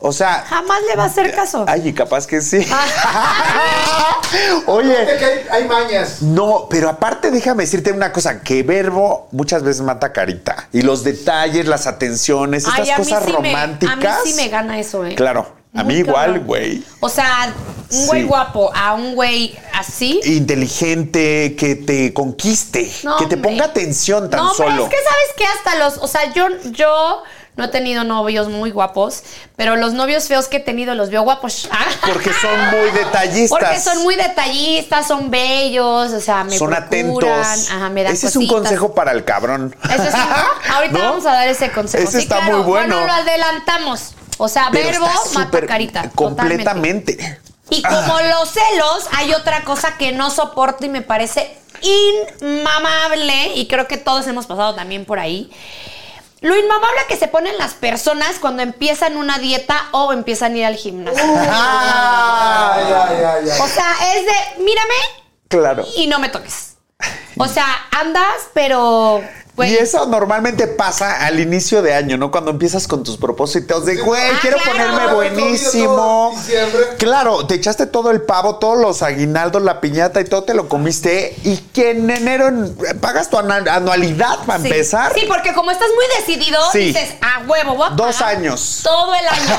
Speaker 2: o sea...
Speaker 1: Jamás le va a
Speaker 2: eh,
Speaker 1: hacer caso.
Speaker 2: Ay, y capaz que sí.
Speaker 1: Ah.
Speaker 2: Oye,
Speaker 5: Fíjate que hay, hay mañas.
Speaker 2: No, pero aparte déjame decirte una cosa, que verbo muchas veces mata carita. Y los detalles, las atenciones,
Speaker 1: Ay, a
Speaker 2: estas
Speaker 1: mí
Speaker 2: cosas
Speaker 1: sí me-
Speaker 2: románticas.
Speaker 1: a mí sí me gana eso, ¿eh?
Speaker 2: Claro, a mí
Speaker 1: Muy
Speaker 2: igual,
Speaker 1: cabrón.
Speaker 2: güey.
Speaker 1: O sea, un güey
Speaker 2: Sí.
Speaker 1: guapo a un güey así.
Speaker 2: Inteligente, que te conquiste,
Speaker 1: No,
Speaker 2: que te ponga
Speaker 1: hombre.
Speaker 2: atención tan
Speaker 1: no,
Speaker 2: solo.
Speaker 1: pero es que sabes que hasta los, o sea, yo, yo no he tenido novios muy guapos, pero los novios feos que he tenido los veo guapos.
Speaker 2: Porque son muy detallistas.
Speaker 1: Porque son muy detallistas, son bellos, o sea, me
Speaker 2: Son
Speaker 1: procuran,
Speaker 2: atentos.
Speaker 1: ajá, me dan
Speaker 2: Ese es un
Speaker 1: cositas.
Speaker 2: consejo para el cabrón.
Speaker 1: Eso sí, ahorita
Speaker 2: ¿No?
Speaker 1: vamos a dar ese consejo.
Speaker 2: Ese
Speaker 1: Sí,
Speaker 2: está
Speaker 1: claro.
Speaker 2: muy bueno.
Speaker 1: lo adelantamos. O sea,
Speaker 2: Pero
Speaker 1: verbo
Speaker 2: está
Speaker 1: mata
Speaker 2: súper-
Speaker 1: carita. totalmente.
Speaker 2: Completamente.
Speaker 1: Y como
Speaker 2: Ah.
Speaker 1: los celos, hay otra cosa que no soporto y me parece inmamable, y creo que todos hemos pasado también por ahí. Lo inmamable que se ponen las personas cuando empiezan una dieta o empiezan a ir al gimnasio. Ah.
Speaker 5: Ay, ay, ay, ay.
Speaker 1: O sea, es de mírame
Speaker 2: Claro.
Speaker 1: y no me toques. O sea, andas, pero. pues, güey,
Speaker 2: y eso normalmente pasa al inicio de año, ¿no? Cuando empiezas con tus propósitos de, güey,
Speaker 1: Ah,
Speaker 2: quiero
Speaker 1: claro.
Speaker 2: ponerme buenísimo.
Speaker 5: Todo diciembre.
Speaker 2: Claro, te echaste todo el pavo, todos los aguinaldos, la piñata y todo te lo comiste. Y que en enero eh, pagas tu ana- anualidad para
Speaker 1: sí.
Speaker 2: empezar.
Speaker 1: Sí, porque como estás muy decidido,
Speaker 2: Sí.
Speaker 1: dices, a huevo, voy a
Speaker 2: Dos
Speaker 1: pagar
Speaker 2: años.
Speaker 1: Todo el año.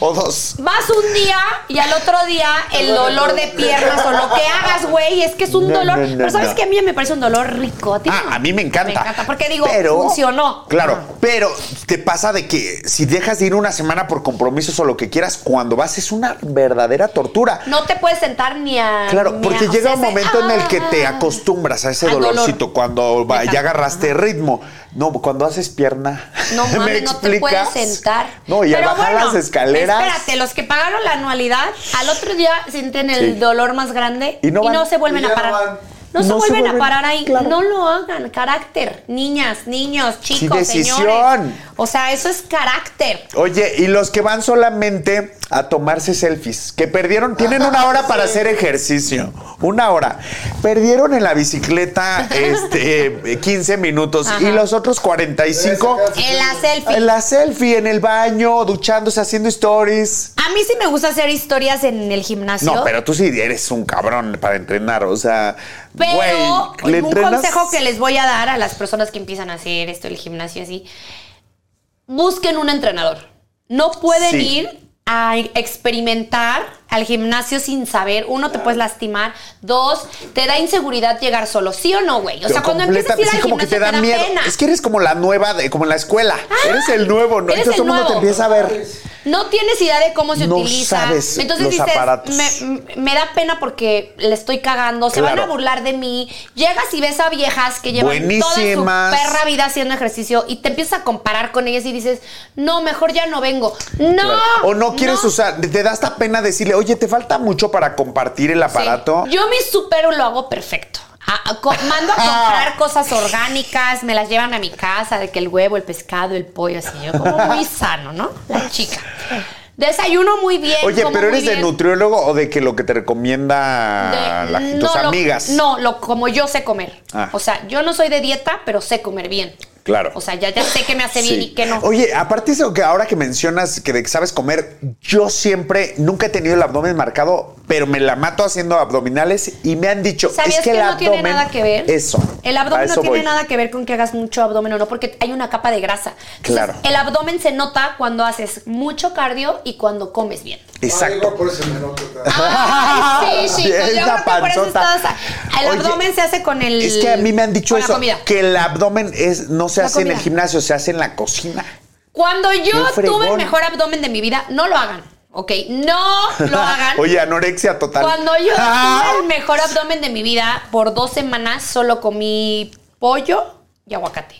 Speaker 2: o dos.
Speaker 1: Vas un día y al otro día el dolor de piernas o lo que hagas, güey, es que es un
Speaker 2: No,
Speaker 1: dolor.
Speaker 2: no, no,
Speaker 1: pero sabes
Speaker 2: no.
Speaker 1: que a mí me parece un dolor rico. ¿A, ti no?
Speaker 2: Ah, a mí me encanta.
Speaker 1: Me encanta porque digo,
Speaker 2: Pero-
Speaker 1: funcionó.
Speaker 2: Claro,
Speaker 1: Ajá.
Speaker 2: pero te pasa de que si dejas de ir una semana por compromisos o lo que quieras, cuando vas es una verdadera tortura.
Speaker 1: No te puedes sentar ni a.
Speaker 2: Claro,
Speaker 1: ni a-
Speaker 2: porque
Speaker 1: Ah, o
Speaker 2: llega
Speaker 1: sea,
Speaker 2: un
Speaker 1: ese-
Speaker 2: momento en el que te
Speaker 1: ah.
Speaker 2: acostumbras a ese
Speaker 1: Al dolor.
Speaker 2: dolorcito cuando va-
Speaker 1: Exacto,
Speaker 2: ya agarraste ritmo. No, cuando haces pierna.
Speaker 1: No
Speaker 2: ¿me
Speaker 1: mames, no te puedes
Speaker 2: explicas?
Speaker 1: sentar.
Speaker 2: No, y al
Speaker 1: Pero
Speaker 2: bajar
Speaker 1: bueno,
Speaker 2: las escaleras.
Speaker 1: Espérate, los que pagaron la anualidad, al otro día sienten el
Speaker 2: Sí.
Speaker 1: dolor más grande y
Speaker 2: Y
Speaker 1: no,
Speaker 2: no van.
Speaker 1: se vuelven
Speaker 5: Y
Speaker 1: a
Speaker 5: ya no
Speaker 1: parar.
Speaker 5: van.
Speaker 1: No, se,
Speaker 2: No se
Speaker 1: vuelven a
Speaker 2: vuelven,
Speaker 1: parar ahí.
Speaker 2: claro.
Speaker 1: No lo hagan. Carácter. Niñas, niños, chicos,
Speaker 2: decisión.
Speaker 1: señores. O sea, eso es carácter.
Speaker 2: Oye, y los que van solamente a tomarse selfies, que perdieron, tienen una hora para hacer ejercicio, una hora. Perdieron en la bicicleta este, 15 minutos
Speaker 1: Ajá.
Speaker 2: y los otros 45
Speaker 1: En la selfie.
Speaker 2: en la selfie, en el baño, duchándose, haciendo stories.
Speaker 1: A mí sí me gusta hacer historias en el gimnasio.
Speaker 2: No, pero tú sí eres un cabrón para entrenar, o sea,
Speaker 1: Pero
Speaker 2: güey, le
Speaker 1: un
Speaker 2: entrenas-
Speaker 1: consejo que les voy a dar a las personas que empiezan a hacer esto, el gimnasio así, busquen un entrenador. No pueden
Speaker 2: Sí.
Speaker 1: ir a experimentar al gimnasio sin saber. Uno, te puedes lastimar. Dos, te da inseguridad llegar solo. ¿Sí o no, güey? O sea, cuando empiezas a ir
Speaker 2: sí,
Speaker 1: al
Speaker 2: como
Speaker 1: gimnasio
Speaker 2: que te da, miedo.
Speaker 1: pena. Ah,
Speaker 2: Es que eres como la nueva, de, como en la escuela. eres el nuevo, ¿no?
Speaker 1: eres
Speaker 2: Entonces
Speaker 1: el
Speaker 2: todo el mundo te
Speaker 1: nuevo.
Speaker 2: empieza a ver.
Speaker 1: No tienes idea de cómo se
Speaker 2: No
Speaker 1: utiliza.
Speaker 2: sabes
Speaker 1: Entonces
Speaker 2: los
Speaker 1: dices,
Speaker 2: aparatos.
Speaker 1: me, me da pena porque le estoy cagando, se van
Speaker 2: Claro.
Speaker 1: a burlar de mí. Llegas y ves a viejas que llevan
Speaker 2: Buenísimas.
Speaker 1: toda su perra vida haciendo ejercicio y te empiezas a comparar con ellas y dices, no, mejor ya no vengo. No.
Speaker 2: O no quieres usar, te da esta pena decirle, oye, te falta mucho para compartir el
Speaker 1: Sí.
Speaker 2: aparato.
Speaker 1: Yo mi supero lo hago perfecto. A- a- co- mando a
Speaker 2: Ah.
Speaker 1: comprar cosas orgánicas, me las llevan a mi casa, de que el huevo, el pescado, el pollo, así. Yo como muy sano, ¿no? La chica. Desayuno muy bien.
Speaker 2: Oye,
Speaker 1: como
Speaker 2: pero
Speaker 1: muy
Speaker 2: eres de
Speaker 1: bien.
Speaker 2: nutriólogo o de que lo que te recomienda
Speaker 1: De-
Speaker 2: la- tus
Speaker 1: lo-
Speaker 2: amigas.
Speaker 1: no, lo, como yo sé comer.
Speaker 2: Ah.
Speaker 1: O sea, yo no soy de dieta, pero sé comer bien.
Speaker 2: Claro.
Speaker 1: O sea, ya, ya sé que me hace bien
Speaker 2: Sí.
Speaker 1: y que no.
Speaker 2: Oye, aparte eso que ahora que mencionas que de que sabes comer, yo siempre nunca he tenido el abdomen marcado, pero me la mato haciendo abdominales y me han dicho,
Speaker 1: ¿Sabías
Speaker 2: es
Speaker 1: que,
Speaker 2: que, el
Speaker 1: no
Speaker 2: abdomen
Speaker 1: tiene nada que ver?
Speaker 2: Eso.
Speaker 1: El
Speaker 2: A
Speaker 1: abdomen no
Speaker 2: eso
Speaker 1: tiene
Speaker 2: voy.
Speaker 1: nada que ver con que hagas mucho abdomen o no, porque hay una capa de grasa. Entonces,
Speaker 2: Claro.
Speaker 1: El abdomen se nota cuando haces mucho cardio y cuando comes bien.
Speaker 2: Exacto.
Speaker 5: Digo, por eso me enojo tanto.
Speaker 1: Ay, sí, chicos, yo
Speaker 2: Ah, Esa
Speaker 1: creo que por eso
Speaker 2: panzota.
Speaker 1: estás- El
Speaker 2: Oye,
Speaker 1: abdomen se hace con el.
Speaker 2: Es que a mí me han dicho
Speaker 1: con
Speaker 2: eso,
Speaker 1: La comida.
Speaker 2: que el abdomen es no se
Speaker 1: La
Speaker 2: hace en el
Speaker 1: comida.
Speaker 2: gimnasio, se hace en la cocina.
Speaker 1: Cuando yo
Speaker 2: Qué fregón.
Speaker 1: tuve el mejor abdomen de mi vida, no lo hagan, ¿ok? No lo hagan.
Speaker 2: Oye, anorexia total.
Speaker 1: Cuando yo
Speaker 2: Ah.
Speaker 1: tuve el mejor abdomen de mi vida, por dos semanas solo comí pollo y aguacate.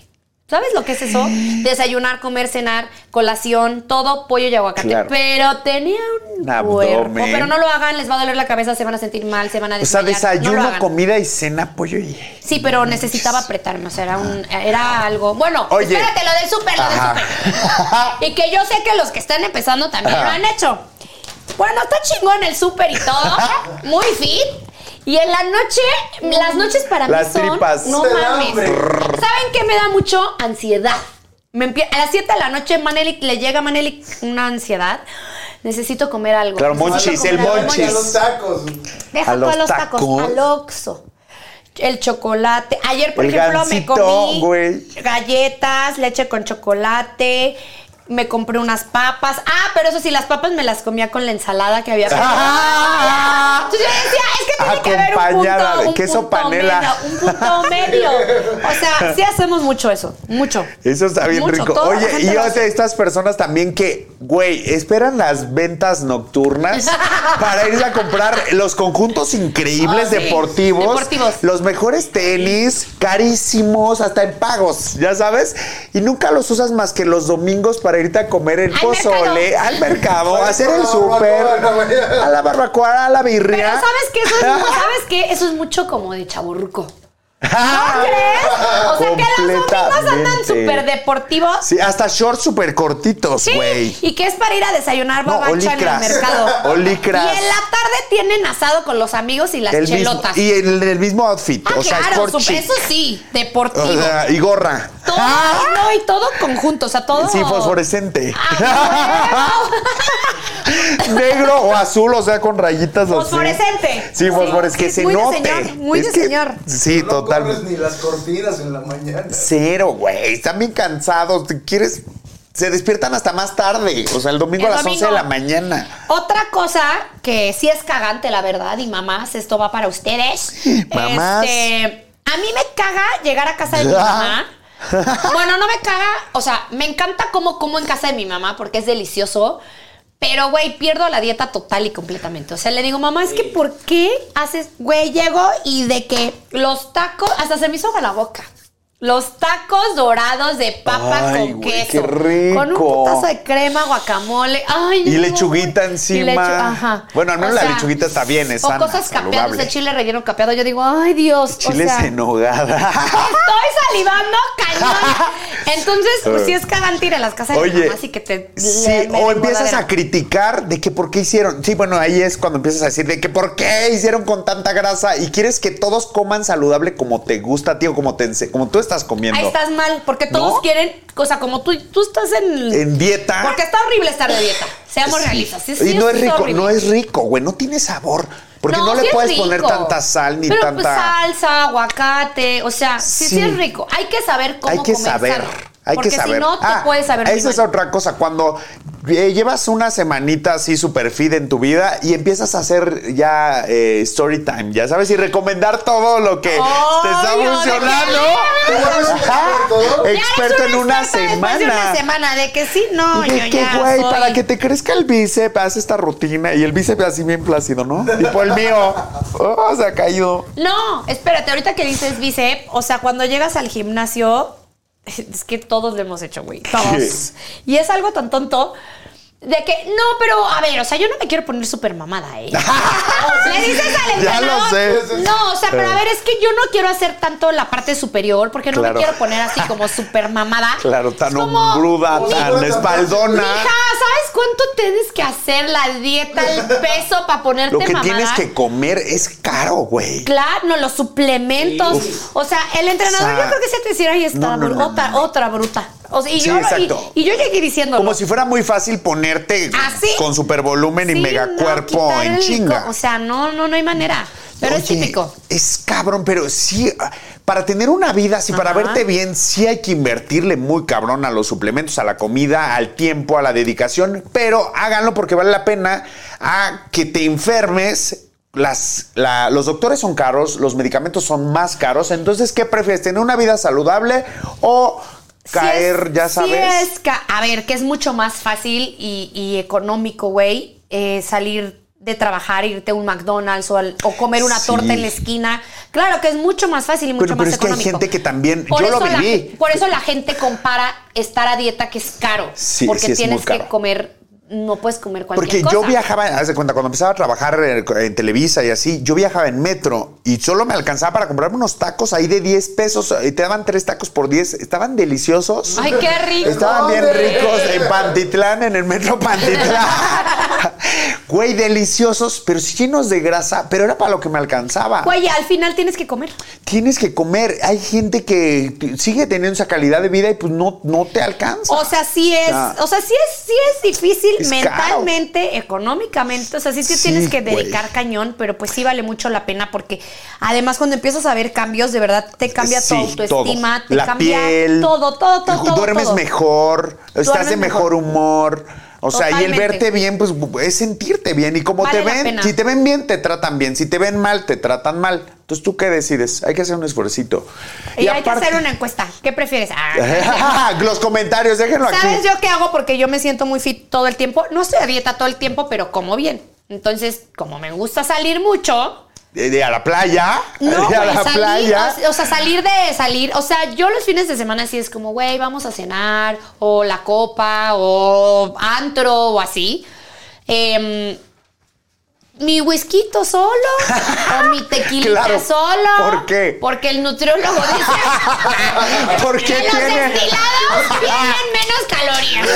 Speaker 1: ¿Sabes lo que es eso? Desayunar, comer, cenar, colación, todo pollo y aguacate.
Speaker 2: Claro.
Speaker 1: Pero tenía un
Speaker 2: Un abdomen.
Speaker 1: cuerpo. Pero no lo hagan, les va a doler la cabeza, se van a sentir mal, se van a
Speaker 2: O
Speaker 1: desmayar.
Speaker 2: sea,
Speaker 1: No lo
Speaker 2: desayuno,
Speaker 1: hagan.
Speaker 2: comida y cena, pollo y.
Speaker 1: Sí, pero necesitaba apretarme, o sea, era, un, era algo... Bueno,
Speaker 2: Oye.
Speaker 1: espérate, lo del súper, lo del
Speaker 2: Ajá.
Speaker 1: súper. Y que yo sé que los que están empezando también lo han hecho. Bueno, está chingón el súper y todo, muy fit. Y en la noche, las noches para
Speaker 2: Las
Speaker 1: mí son...
Speaker 2: tripas.
Speaker 1: No
Speaker 5: Te da
Speaker 1: mames.
Speaker 5: hambre.
Speaker 1: ¿Saben qué me da mucho ansiedad? Me empie- a las 7 de la noche Manelik, le llega a Manelik una ansiedad. Necesito comer algo.
Speaker 2: Claro,
Speaker 5: Vas a
Speaker 1: Necesito
Speaker 2: monchis, el
Speaker 5: comer
Speaker 1: comer algo.
Speaker 2: monchis.
Speaker 5: Los tacos.
Speaker 1: Deja
Speaker 2: A
Speaker 1: a
Speaker 2: los
Speaker 1: los, los tacos,
Speaker 2: tacos.
Speaker 1: al Oxxo. El chocolate. Ayer, por
Speaker 2: El
Speaker 1: ejemplo,
Speaker 2: gansito,
Speaker 1: me comí
Speaker 2: güey.
Speaker 1: galletas, leche con chocolate. Me compré unas papas. Ah, pero eso sí, las papas me las comía con la ensalada que había.
Speaker 2: Ah.
Speaker 1: Entonces yo decía, es que tiene que haber un
Speaker 2: Acompañada
Speaker 1: punto,
Speaker 2: de
Speaker 1: un
Speaker 2: queso
Speaker 1: punto
Speaker 2: panela.
Speaker 1: medio, un punto medio. O sea, sí hacemos mucho eso, mucho.
Speaker 2: Eso está bien
Speaker 1: Mucho,
Speaker 2: rico.
Speaker 1: toda la
Speaker 2: Oye,
Speaker 1: gente
Speaker 2: y
Speaker 1: lo
Speaker 2: yo
Speaker 1: hace.
Speaker 2: de estas personas también que, güey, esperan las ventas nocturnas para irse a comprar los conjuntos increíbles
Speaker 1: Oh, sí,
Speaker 2: deportivos,
Speaker 1: deportivos.
Speaker 2: los mejores tenis, carísimos, hasta en pagos, ya sabes, y nunca los usas más que los domingos para irte a comer el
Speaker 1: Al
Speaker 2: pozole,
Speaker 1: mercado.
Speaker 2: al mercado,
Speaker 5: Para
Speaker 2: a hacer
Speaker 5: ir a
Speaker 2: el
Speaker 5: la
Speaker 2: súper,
Speaker 5: barbacoa, no,
Speaker 2: a la barbacoa, a la birria.
Speaker 1: Pero ¿sabes qué? Eso es, ¿sabes qué? Eso es mucho como de chaburruco. ¿No crees? O sea, que los domingos andan
Speaker 2: Completamente.
Speaker 1: súper deportivos.
Speaker 2: Sí, hasta shorts súper cortitos,
Speaker 1: Sí,
Speaker 2: güey.
Speaker 1: y que es para ir a desayunar
Speaker 2: No,
Speaker 1: babacha en el
Speaker 2: olicras.
Speaker 1: mercado.
Speaker 2: Olicras.
Speaker 1: Y en la tarde tienen asado con los amigos y las
Speaker 2: El mismo-
Speaker 1: chelotas.
Speaker 2: y en el mismo outfit.
Speaker 1: ah,
Speaker 2: o sea,
Speaker 1: claro,
Speaker 2: sport
Speaker 1: súper-
Speaker 2: chic.
Speaker 1: eso sí, deportivo.
Speaker 2: O sea, y gorra.
Speaker 1: todo,
Speaker 2: Ah,
Speaker 1: no, y todo conjunto, o sea, todo.
Speaker 2: Sí, fosforescente.
Speaker 1: Ah,
Speaker 2: Negro o azul, o sea, con rayitas así.
Speaker 1: Fosforescente.
Speaker 2: Sí, fosforescente.
Speaker 1: Sí,
Speaker 2: que
Speaker 1: sí,
Speaker 2: se
Speaker 1: muy de
Speaker 2: note.
Speaker 1: señor, muy
Speaker 2: Es
Speaker 1: de
Speaker 2: que-
Speaker 1: señor.
Speaker 2: Sí,
Speaker 5: No corres
Speaker 2: totalmente.
Speaker 5: ni las cortinas en la mañana.
Speaker 2: Cero, güey. Están bien cansados. ¿Te quieres? Se despiertan hasta más tarde. O sea, el domingo
Speaker 1: El
Speaker 2: a las 11 de
Speaker 1: domingo.
Speaker 2: la mañana.
Speaker 1: Otra cosa que sí es cagante, la verdad, y mamás, esto va para ustedes.
Speaker 2: Mamás. Ah.
Speaker 1: Este, a mí me caga llegar a casa de mi
Speaker 2: Ya.
Speaker 1: mamá. Bueno, no me caga, o sea, me encanta cómo como en casa de mi mamá porque es delicioso. Pero, güey, pierdo la dieta total y completamente. O sea, le digo, mamá, es que ¿por qué haces, güey, llego y de que los tacos, hasta se me hizo agua la boca. Los tacos dorados de papa
Speaker 2: Ay,
Speaker 1: con
Speaker 2: güey,
Speaker 1: queso.
Speaker 2: qué
Speaker 1: Con un
Speaker 2: rico.
Speaker 1: putazo de crema, guacamole. Ay,
Speaker 2: Y
Speaker 1: no,
Speaker 2: lechuguita
Speaker 1: güey.
Speaker 2: encima.
Speaker 1: Y lechu- ajá.
Speaker 2: Bueno, al menos la lechuguita está bien, es
Speaker 1: O
Speaker 2: sana,
Speaker 1: cosas capeadas,
Speaker 2: saludable.
Speaker 1: de chile relleno capeado. Yo digo, ay Dios.
Speaker 2: Chiles
Speaker 1: o sea,
Speaker 2: en nogada.
Speaker 1: Estoy salivando cañón. Entonces, pues sí es cagante ir a las casas de
Speaker 2: Oye,
Speaker 1: mamá, así que te.
Speaker 2: sí,
Speaker 1: le- me
Speaker 2: o
Speaker 1: desbordadera.
Speaker 2: empiezas a criticar de que por qué hicieron. Sí, bueno, ahí es cuando empiezas a decir de que por qué hicieron con tanta grasa y quieres que todos coman saludable como te gusta, tío, como te ense- como tú estás comiendo.
Speaker 1: Ahí estás mal, porque todos
Speaker 2: ¿No?
Speaker 1: quieren. O sea, como tú, tú estás en.
Speaker 2: En dieta.
Speaker 1: Porque está horrible estar de dieta. Seamos realistas. Sí, sí,
Speaker 2: y no es
Speaker 1: está
Speaker 2: rico,
Speaker 1: horrible.
Speaker 2: no es rico, güey, no tiene sabor. Porque no,
Speaker 1: sí
Speaker 2: le
Speaker 1: es
Speaker 2: puedes poner
Speaker 1: rico.
Speaker 2: tanta sal ni
Speaker 1: Pero,
Speaker 2: tanta.
Speaker 1: Pues, salsa, aguacate, o sea, sí, sí,
Speaker 2: Sí.
Speaker 1: es rico. Hay que saber cómo
Speaker 2: Hay que
Speaker 1: comer
Speaker 2: saber.
Speaker 1: sano.
Speaker 2: Hay
Speaker 1: Porque
Speaker 2: que
Speaker 1: si
Speaker 2: saber. Ah,
Speaker 1: no, te puedes saber muy
Speaker 2: Esa es
Speaker 1: mal.
Speaker 2: otra cosa. Cuando eh, llevas una semanita así super feed en tu vida y empiezas a hacer ya eh, story time, ya sabes, y recomendar todo lo que te está
Speaker 1: Obvio,
Speaker 2: funcionando. Ah,
Speaker 5: ¿Te vuelves un experto?
Speaker 1: Ya eres
Speaker 2: Experto
Speaker 1: un
Speaker 2: en una
Speaker 1: experto después
Speaker 2: semana.
Speaker 1: de una semana de que sí, no, yo
Speaker 2: ¿De qué,
Speaker 1: ya
Speaker 2: güey?
Speaker 1: soy-
Speaker 2: Para que te crezca el bíceps, haz esta rutina y el bíceps así bien plácido, ¿no? Tipo el mío. Oh, se ha caído.
Speaker 1: No, espérate, ahorita que dices bicep, o sea, cuando llegas al gimnasio, es que todos lo hemos hecho, güey, todos. Y es algo tan tonto de que, no, pero a ver, o sea, yo no me quiero poner súper mamada, ¿eh? Le dices al
Speaker 2: Ya lo
Speaker 1: entrenador,
Speaker 2: sé. Eh.
Speaker 1: No, o sea, pero a ver, es que yo no quiero hacer tanto la parte superior porque no
Speaker 2: Claro.
Speaker 1: me quiero poner así como súper mamada.
Speaker 2: Claro, tan
Speaker 1: Es como,
Speaker 2: hombruda,
Speaker 5: Ni-
Speaker 2: tan espaldona.
Speaker 1: Mija, ¿sabes cuánto tienes que hacer la dieta, el peso para ponerte
Speaker 2: Lo que
Speaker 1: Este mamada?
Speaker 2: tienes que comer es caro, güey.
Speaker 1: Claro, no, los suplementos. O sea, el entrenador
Speaker 2: O sea,
Speaker 1: yo creo que se te hiciera ahí está
Speaker 2: no,
Speaker 1: la
Speaker 2: no,
Speaker 1: bru-
Speaker 2: no,
Speaker 1: otra,
Speaker 2: no.
Speaker 1: otra bruta. O sea, y,
Speaker 2: Sí,
Speaker 1: yo, y-
Speaker 2: exacto.
Speaker 1: y, yo llegué diciendo
Speaker 2: Como si fuera muy fácil ponerte
Speaker 1: Así.
Speaker 2: con supervolumen y megacuerpo en chinga.
Speaker 1: O sea, no, no, no hay manera. Pero es
Speaker 2: Oye,
Speaker 1: típico.
Speaker 2: Es cabrón, pero sí, ah, para tener una vida así, para
Speaker 1: Ajá.
Speaker 2: verte bien, sí hay que invertirle muy cabrón a los suplementos, a la comida, al tiempo, a la dedicación, pero háganlo porque vale la pena a que te enfermes. Las, la- los doctores son caros, los medicamentos son más caros, entonces, ¿qué prefieres? ¿Tener una vida saludable o
Speaker 1: Si
Speaker 2: caer,
Speaker 1: es-
Speaker 2: ya
Speaker 1: si
Speaker 2: sabes?
Speaker 1: es ca- a ver, que es mucho más fácil y, y económico, güey, eh, salir de trabajar, irte a un McDonald's o, al- o comer una
Speaker 2: Sí.
Speaker 1: torta en la esquina. Claro que es mucho más fácil y mucho
Speaker 2: Pero-
Speaker 1: más
Speaker 2: pero es que hay
Speaker 1: económico.
Speaker 2: gente que también- yo lo
Speaker 1: eso la
Speaker 2: viví.
Speaker 1: gen- por eso la gente compara estar a dieta que es caro.
Speaker 2: Sí,
Speaker 1: porque
Speaker 2: sí, es
Speaker 1: tienes
Speaker 2: muy caro.
Speaker 1: que comer, no puedes comer cualquier
Speaker 2: Porque
Speaker 1: cosa.
Speaker 2: yo viajaba, haz de cuenta, cuando empezaba a trabajar en, en Televisa y así, yo viajaba en metro y solo me alcanzaba para comprarme unos tacos ahí de 10 pesos y te daban tres tacos por 10. Estaban deliciosos.
Speaker 1: Ay, qué rico.
Speaker 2: Estaban bien
Speaker 1: güey.
Speaker 2: ricos en Pantitlán, en el metro Pantitlán. Güey, deliciosos, pero sí llenos de grasa, pero era para lo que me alcanzaba.
Speaker 1: Güey, al final tienes que comer.
Speaker 2: Tienes que comer. Hay gente que t- sigue teniendo esa calidad de vida y pues no, no te alcanza.
Speaker 1: O sea, sí es,
Speaker 2: Ya.
Speaker 1: o sea, sí es, sí es difícil
Speaker 2: Es
Speaker 1: mentalmente, económicamente. O sea, sí te
Speaker 2: Sí,
Speaker 1: tienes que
Speaker 2: güey.
Speaker 1: dedicar cañón, pero pues sí vale mucho la pena porque además cuando empiezas a ver cambios, de verdad te cambia
Speaker 2: Sí,
Speaker 1: tu autoestima,
Speaker 2: todo.
Speaker 1: te
Speaker 2: la
Speaker 1: cambia
Speaker 2: piel,
Speaker 1: todo, todo, todo, todo.
Speaker 2: Duermes
Speaker 1: todo.
Speaker 2: mejor, estás
Speaker 1: Duermes
Speaker 2: de mejor
Speaker 1: mejor.
Speaker 2: humor. O sea, y el
Speaker 1: Totalmente.
Speaker 2: verte bien, pues es sentirte bien. Y como
Speaker 1: Vale
Speaker 2: te
Speaker 1: la
Speaker 2: ven,
Speaker 1: pena.
Speaker 2: si te ven bien, te tratan bien. Si te ven mal, te tratan mal. Entonces, ¿tú qué decides? Hay que hacer un esfuercito.
Speaker 1: Y, hay
Speaker 2: aparte-
Speaker 1: que hacer una encuesta. ¿Qué prefieres? Ah,
Speaker 2: Los comentarios, déjenlo aquí.
Speaker 1: ¿Sabes yo qué hago? Porque yo me siento muy fit todo el tiempo. No estoy a dieta todo el tiempo, pero como bien. Entonces, como me gusta salir mucho,
Speaker 2: Eh, de a la playa.
Speaker 1: No, pues,
Speaker 2: de a la
Speaker 1: güey, salir,
Speaker 2: playa.
Speaker 1: O, o sea, salir de salir. O sea, yo los fines de semana sí es como, güey, vamos a cenar, o la copa, o antro, o así. Em, mi whisky solo, o mi tequilita
Speaker 2: Claro,
Speaker 1: solo.
Speaker 2: ¿por qué?
Speaker 1: Porque el nutriólogo dice.
Speaker 2: ¿Por qué
Speaker 1: que
Speaker 2: tiene?
Speaker 1: Los destilados tienen menos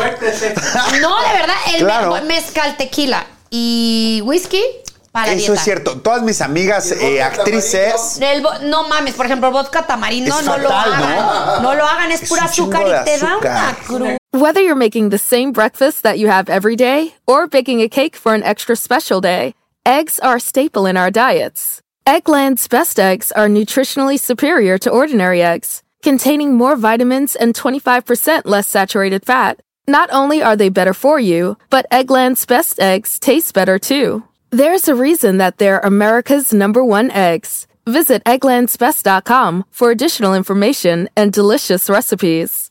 Speaker 1: calorías. no, de verdad, el
Speaker 2: Claro.
Speaker 1: me- mezcal, tequila y whisky para
Speaker 2: Eso
Speaker 1: dieta.
Speaker 2: es cierto. Todas mis amigas
Speaker 5: Y el vodka
Speaker 2: eh, actrices.
Speaker 1: Del vo- no mames, por ejemplo, vodka tamarindo,
Speaker 2: Es
Speaker 1: no lo
Speaker 2: fatal,
Speaker 1: hagan.
Speaker 2: ¿no?
Speaker 1: ¿no? lo hagan, es
Speaker 2: Es
Speaker 1: pura
Speaker 2: un chingo
Speaker 1: azúcar
Speaker 2: de
Speaker 1: y te da una
Speaker 2: azúcar.
Speaker 1: cruz.
Speaker 6: Whether you're making the same breakfast that you have every day or baking a cake for an extra special day, eggs are a staple in our diets. Eggland's best eggs are nutritionally superior to ordinary eggs, containing more vitamins and 25% less saturated fat. Not only are they better for you, but Eggland's best eggs taste better too. There's a reason that they're America's number one eggs. Visit egglandsbest.com for additional information and delicious recipes.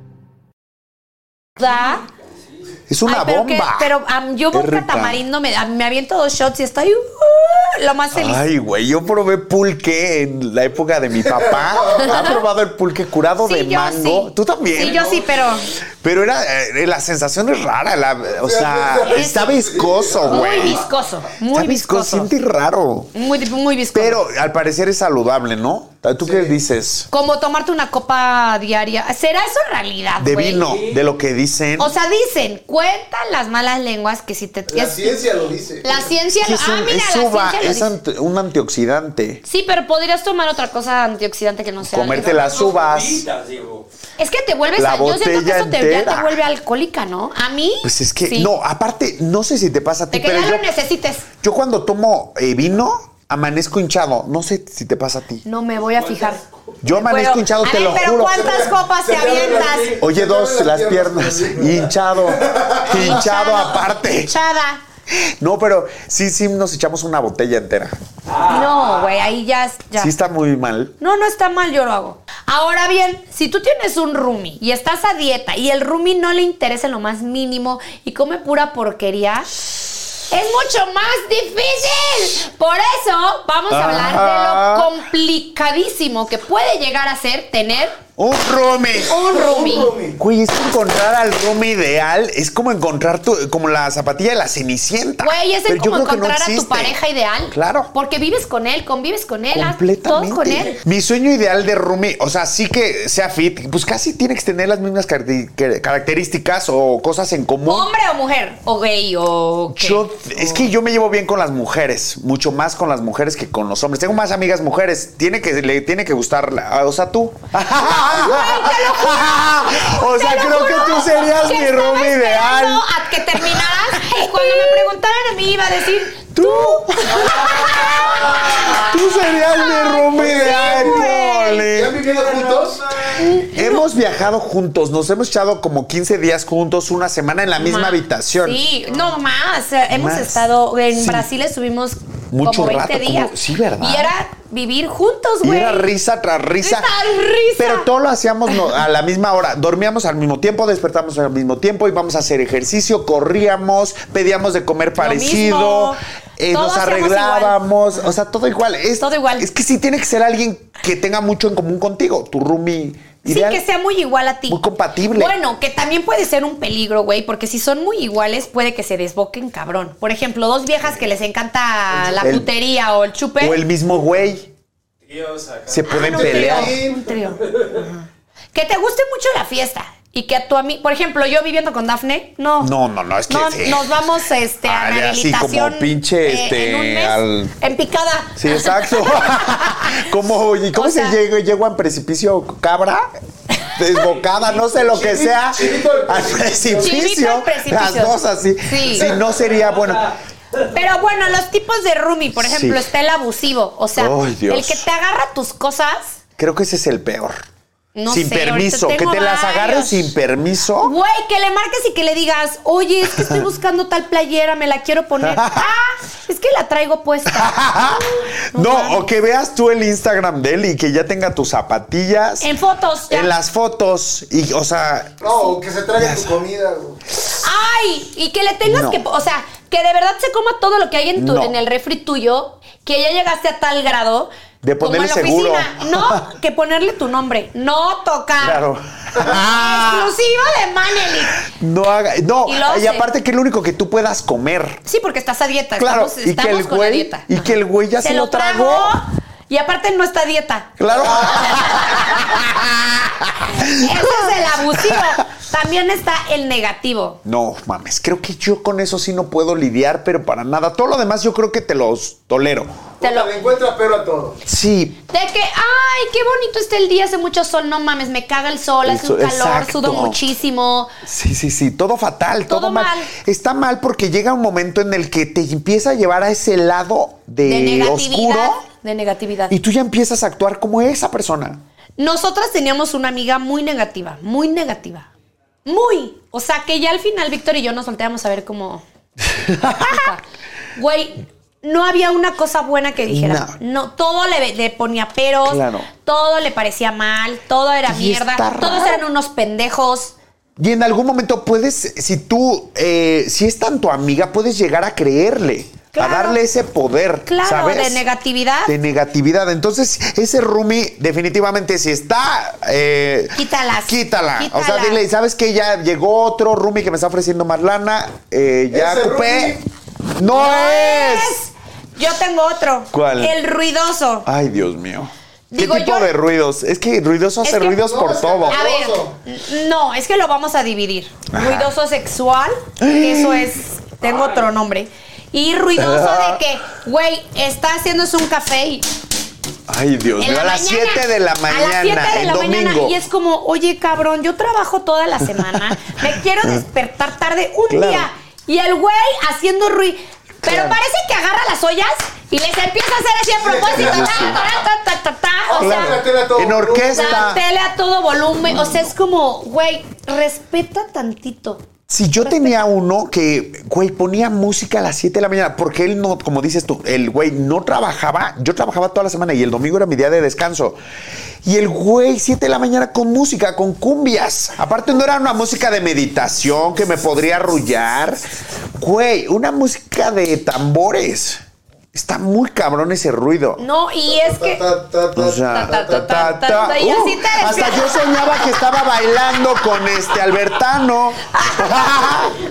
Speaker 1: Da.
Speaker 2: Es una
Speaker 1: Ay, pero que-
Speaker 2: bomba.
Speaker 1: pero am, yo
Speaker 2: Qué
Speaker 1: vodka
Speaker 2: rica.
Speaker 1: tamarindo me, am, me aviento dos shots y estoy uh, lo más feliz.
Speaker 2: Ay, güey, yo probé pulque en la época de mi papá. ¿Ha probado el pulque curado
Speaker 1: Sí,
Speaker 2: de
Speaker 1: yo
Speaker 2: mango?
Speaker 1: sí.
Speaker 2: Tú también.
Speaker 1: Sí, yo
Speaker 2: ¿no?
Speaker 1: sí, pero
Speaker 2: Pero era, eh, la sensación es rara. la- o sea,
Speaker 5: Sí,
Speaker 2: está
Speaker 5: sí.
Speaker 2: viscoso,
Speaker 1: muy
Speaker 2: güey.
Speaker 1: viscoso. Muy
Speaker 2: está viscoso.
Speaker 1: viscoso.
Speaker 2: Siente raro.
Speaker 1: Muy, muy viscoso.
Speaker 2: Pero al parecer es saludable, ¿no? ¿Tú qué dices?
Speaker 1: Como tomarte una copa diaria. ¿Será eso realidad?
Speaker 2: De
Speaker 1: Ah, güey?
Speaker 2: vino, de lo que dicen.
Speaker 1: O sea, dicen, cuentan las malas lenguas que si te
Speaker 5: La
Speaker 1: es-
Speaker 5: ciencia lo dice.
Speaker 1: La ciencia.
Speaker 2: Sí, es
Speaker 1: ah,
Speaker 2: un-
Speaker 1: mira,
Speaker 2: es
Speaker 1: la
Speaker 2: uva,
Speaker 1: ciencia lo
Speaker 2: es
Speaker 1: dice.
Speaker 2: ant- un antioxidante.
Speaker 1: Sí, pero podrías tomar otra cosa antioxidante que no sea.
Speaker 2: Comerte
Speaker 1: alcohol.
Speaker 2: las uvas.
Speaker 1: Es que te vuelves.
Speaker 2: la
Speaker 1: a- yo siento que
Speaker 2: botella
Speaker 1: eso te, ya te
Speaker 2: entera.
Speaker 1: vuelve alcohólica, ¿no? A mí.
Speaker 2: Pues es que,
Speaker 1: sí.
Speaker 2: no, aparte, no sé si te pasa a ti,
Speaker 1: De que
Speaker 2: pero
Speaker 1: ya
Speaker 2: yo,
Speaker 1: lo necesites.
Speaker 2: yo cuando tomo eh, vino, amanezco hinchado. No sé si te pasa a ti.
Speaker 1: No me voy a fijar.
Speaker 2: Yo amanezco
Speaker 1: Pero-
Speaker 2: hinchado,
Speaker 1: a
Speaker 2: te
Speaker 1: ver,
Speaker 2: lo
Speaker 1: pero
Speaker 2: juro.
Speaker 1: ¿cuántas copas te
Speaker 5: Se te abren
Speaker 1: avientas?
Speaker 5: las-
Speaker 2: Oye,
Speaker 5: Se te
Speaker 2: dos,
Speaker 5: abren
Speaker 2: las
Speaker 5: las
Speaker 2: piernas.
Speaker 5: piernas.
Speaker 2: Hinchado. hinchado aparte.
Speaker 1: Hinchada.
Speaker 2: No, pero sí, sí, nos echamos una botella entera.
Speaker 1: No, güey, ahí ya. es- ya.
Speaker 2: Sí está muy mal.
Speaker 1: No, no está mal, yo lo hago. Ahora bien, si tú tienes un roomie y estás a dieta y el roomie no le interesa en lo más mínimo y come pura porquería, es mucho más difícil. Por eso vamos a
Speaker 2: Ajá.
Speaker 1: hablar
Speaker 2: Ah.
Speaker 1: de lo complicadísimo que puede llegar a ser tener
Speaker 2: Un roomie.
Speaker 1: un roomie.
Speaker 2: Güey, es que encontrar al roomie ideal es como encontrar tu, como la zapatilla de la cenicienta.
Speaker 1: Güey, es
Speaker 2: Ah, Pero yo
Speaker 1: como
Speaker 2: creo que no
Speaker 1: encontrar a tu
Speaker 2: existe.
Speaker 1: pareja ideal.
Speaker 2: Claro.
Speaker 1: Porque vives con él, convives con él, haz todo
Speaker 2: Completamente.
Speaker 1: con él.
Speaker 2: Mi sueño ideal de roomie, o sea, sí que sea fit, pues casi tiene que tener las mismas caracteri- que- características o cosas en común.
Speaker 1: Hombre o mujer, o gay o... qué.
Speaker 2: Yo- es que yo me llevo bien con las mujeres, mucho más con las mujeres que con los hombres. Tengo más amigas mujeres, tiene que, le tiene que gustar, la- ah, o sea, tú. o sea,
Speaker 1: Te lo
Speaker 2: creo que
Speaker 1: juro
Speaker 2: tú serías
Speaker 1: que
Speaker 2: mi
Speaker 1: estaba
Speaker 2: roomie ideal.
Speaker 1: esperando A que terminaras. Y cuando me preguntaran a mí iba a decir.
Speaker 2: Tú. tú serías mi roomie ideal.
Speaker 5: ¿Ya
Speaker 2: Ole.
Speaker 5: han vivido juntos?
Speaker 2: Hemos viajado juntos, nos hemos echado como 15 días juntos, una semana en la misma
Speaker 1: "Ma".
Speaker 2: habitación.
Speaker 1: Sí, no más. O sea, Hemos
Speaker 2: Más.
Speaker 1: estado en
Speaker 2: Sí.
Speaker 1: Brasil, estuvimos
Speaker 2: Mucho
Speaker 1: como 20
Speaker 2: rato, como-
Speaker 1: días.
Speaker 2: sí, ¿verdad?
Speaker 1: Y era vivir juntos,
Speaker 2: Y
Speaker 1: güey.
Speaker 2: era risa tras risa.
Speaker 1: Risa tras risa.
Speaker 2: Pero todo lo hacíamos no- a la misma hora. Dormíamos al mismo tiempo, despertamos al mismo tiempo, íbamos a hacer ejercicio, corríamos, pedíamos de comer parecido,
Speaker 1: mismo.
Speaker 2: eh,
Speaker 1: Todo
Speaker 2: nos
Speaker 1: hacíamos
Speaker 2: arreglábamos. O sea, todo igual. Es,
Speaker 1: Todo igual.
Speaker 2: Es que sí tiene que ser alguien que tenga mucho en común contigo, tu roomie
Speaker 1: Sí,
Speaker 2: ideal.
Speaker 1: que sea muy igual a ti.
Speaker 2: Muy compatible.
Speaker 1: Bueno, que también puede ser un peligro, güey, porque si son muy iguales puede que se desboquen cabrón. Por ejemplo, dos viejas que les encanta la
Speaker 2: El-
Speaker 1: putería o el chupe.
Speaker 2: O el mismo güey. Se pueden
Speaker 1: Ah, no,
Speaker 2: pelear.
Speaker 1: trío, un trío. Ajá. Que te guste mucho la fiesta. Y que a tu amigo, por ejemplo, yo viviendo con Dafne, no.
Speaker 2: No, no, no, es que sí.
Speaker 1: Nos vamos este, a
Speaker 2: Ah, ya, así
Speaker 1: rehabilitación. eh,
Speaker 2: como pinche, este,
Speaker 1: en, un mes,
Speaker 2: al-
Speaker 1: en picada.
Speaker 2: Sí, exacto. ¿Cómo, ¿Y cómo
Speaker 1: O sea-
Speaker 2: se llega? ¿Llego al precipicio cabra? Desbocada, no sé lo que sea.
Speaker 5: chivito al
Speaker 2: Al precipicio.
Speaker 1: Chivito al precipicio.
Speaker 2: Las dos así.
Speaker 1: Sí.
Speaker 2: Si no sería bueno.
Speaker 1: Pero bueno, los tipos de roomie, por ejemplo,
Speaker 2: Sí.
Speaker 1: está el abusivo. O sea,
Speaker 2: Ay, Dios.
Speaker 1: el que te agarra tus cosas.
Speaker 2: Creo que ese es el peor.
Speaker 1: No
Speaker 2: sin
Speaker 1: sé,
Speaker 2: permiso.
Speaker 1: ahorita
Speaker 2: Que
Speaker 1: tengo
Speaker 2: te las agarres
Speaker 1: varios.
Speaker 2: sin permiso.
Speaker 1: Güey, que le marques y que le digas, oye, es que estoy buscando tal playera, me la quiero poner. ah, es que la traigo puesta.
Speaker 2: no, o que veas tú el Instagram de él y que ya tenga tus zapatillas.
Speaker 1: En fotos. ya.
Speaker 2: en las fotos. Y, o sea,
Speaker 5: No, que se traiga tu comida, güey.
Speaker 1: Ay, y que le tengas
Speaker 2: No.
Speaker 1: que, o sea, que de verdad se coma todo lo que hay en tu,
Speaker 2: No.
Speaker 1: en el refri tuyo, que ya llegaste a tal grado.
Speaker 2: De
Speaker 1: como
Speaker 2: ponerle
Speaker 1: en la
Speaker 2: seguro.
Speaker 1: oficina, no, que ponerle tu nombre, no tocar.
Speaker 2: claro.
Speaker 1: Exclusiva de Manelik.
Speaker 2: No haga. No,
Speaker 1: Y lo hace.
Speaker 2: y aparte que es lo único que tú puedas comer.
Speaker 1: Sí, porque estás a dieta.
Speaker 2: Claro,
Speaker 1: estamos,
Speaker 2: y que
Speaker 1: estamos
Speaker 2: el
Speaker 1: con
Speaker 2: güey-
Speaker 1: la dieta.
Speaker 2: y que el güey ya se lo tragó.
Speaker 1: Y aparte no está a dieta.
Speaker 2: Claro.
Speaker 1: Ese es el abusivo. También está el negativo.
Speaker 2: No, mames, creo que yo con eso sí no puedo lidiar, pero para nada. Todo lo demás yo creo que te los tolero.
Speaker 1: Te lo,
Speaker 5: Le encuentra pero a todo.
Speaker 2: Sí,
Speaker 1: De que, ay, qué bonito está el día, hace mucho sol, no mames, me caga el sol,
Speaker 2: El
Speaker 1: hace
Speaker 2: sol,
Speaker 1: un calor,
Speaker 2: exacto.
Speaker 1: sudo muchísimo.
Speaker 2: sí, sí, sí, todo fatal, todo,
Speaker 1: Todo
Speaker 2: mal.
Speaker 1: mal.
Speaker 2: Está mal porque llega un momento en el que te empieza a llevar a ese lado de,
Speaker 1: De negatividad.
Speaker 2: eh, oscuro
Speaker 1: De negatividad.
Speaker 2: y tú ya empiezas a actuar como esa persona.
Speaker 1: Nosotras teníamos una amiga muy negativa, muy negativa. Muy. O sea, que ya al final Víctor y yo nos volteamos a ver como... "Puta". Güey, no había una cosa buena que dijera. No, todo le, le ponía peros,
Speaker 2: Claro.
Speaker 1: todo le parecía mal, todo era
Speaker 2: Y
Speaker 1: mierda,
Speaker 2: está
Speaker 1: todos
Speaker 2: raro.
Speaker 1: eran unos pendejos.
Speaker 2: Y en algún momento puedes, si tú, eh, si es tan tu amiga, puedes llegar a creerle,
Speaker 1: Claro.
Speaker 2: a darle ese poder,
Speaker 1: Claro,
Speaker 2: ¿sabes?
Speaker 1: de negatividad.
Speaker 2: De negatividad. Entonces, ese roomie, definitivamente, si está. eh,
Speaker 1: Quítalas.
Speaker 2: Quítala. O sea,
Speaker 1: Quítala.
Speaker 2: dile, ¿sabes qué? Ya llegó otro roomie que me está ofreciendo más lana. eh, ya
Speaker 5: Ese
Speaker 2: ocupé. ¡No,
Speaker 1: No
Speaker 2: es!
Speaker 1: es. Yo tengo otro.
Speaker 2: ¿Cuál?
Speaker 1: El ruidoso.
Speaker 2: Ay, Dios mío. ¿Qué
Speaker 1: Digo,
Speaker 2: tipo
Speaker 1: yo-
Speaker 2: de ruidos? Es que ruidoso
Speaker 1: Es
Speaker 2: hace
Speaker 1: que-
Speaker 2: ruidos
Speaker 1: no,
Speaker 2: por
Speaker 5: es que
Speaker 2: todo.
Speaker 5: la-
Speaker 1: A ver, no, es que lo vamos a dividir. Ruidoso sexual, que eso es, tengo otro nombre. Y ruidoso de que, güey, está haciéndose un café y-
Speaker 2: Ay, Dios
Speaker 1: en
Speaker 2: mío.
Speaker 1: la
Speaker 2: Pues A las
Speaker 1: mañana.
Speaker 2: 7 de la mañana.
Speaker 1: A las 7 de
Speaker 2: el
Speaker 1: la
Speaker 2: domingo.
Speaker 1: mañana. Y es como, oye, cabrón, yo trabajo toda la semana. Me quiero despertar tarde un
Speaker 2: Claro.
Speaker 1: día. Y el güey haciendo ruido. Pero parece que agarra las ollas y les empieza a hacer así a propósito.
Speaker 2: Sí, sí,
Speaker 1: ta,
Speaker 2: sí.
Speaker 1: ta, ta, ta, ta, ta. O
Speaker 5: Claro.
Speaker 1: sea,
Speaker 5: tela a todo
Speaker 2: en
Speaker 5: volumen.
Speaker 1: la
Speaker 2: orquesta.
Speaker 1: tele a todo volumen. O sea, es como, güey, respeta tantito.
Speaker 2: Si yo tenía uno que, güey, ponía música a las 7 de la mañana, porque él no, como dices tú, el güey no trabajaba, yo trabajaba toda la semana y el domingo era mi día de descanso. Y el güey, 7 de la mañana con música, con cumbias. Aparte no era una música de meditación que me podría arrullar. Güey, una música de tambores. Está muy cabrón ese ruido.
Speaker 1: No, y es que.
Speaker 5: Ta, ta, ta,
Speaker 2: O sea,
Speaker 1: Ta, ta, ta, ta, ta, y
Speaker 2: uh,
Speaker 1: así te
Speaker 2: hasta
Speaker 1: despiertas.
Speaker 2: yo soñaba que estaba bailando con este Albertano.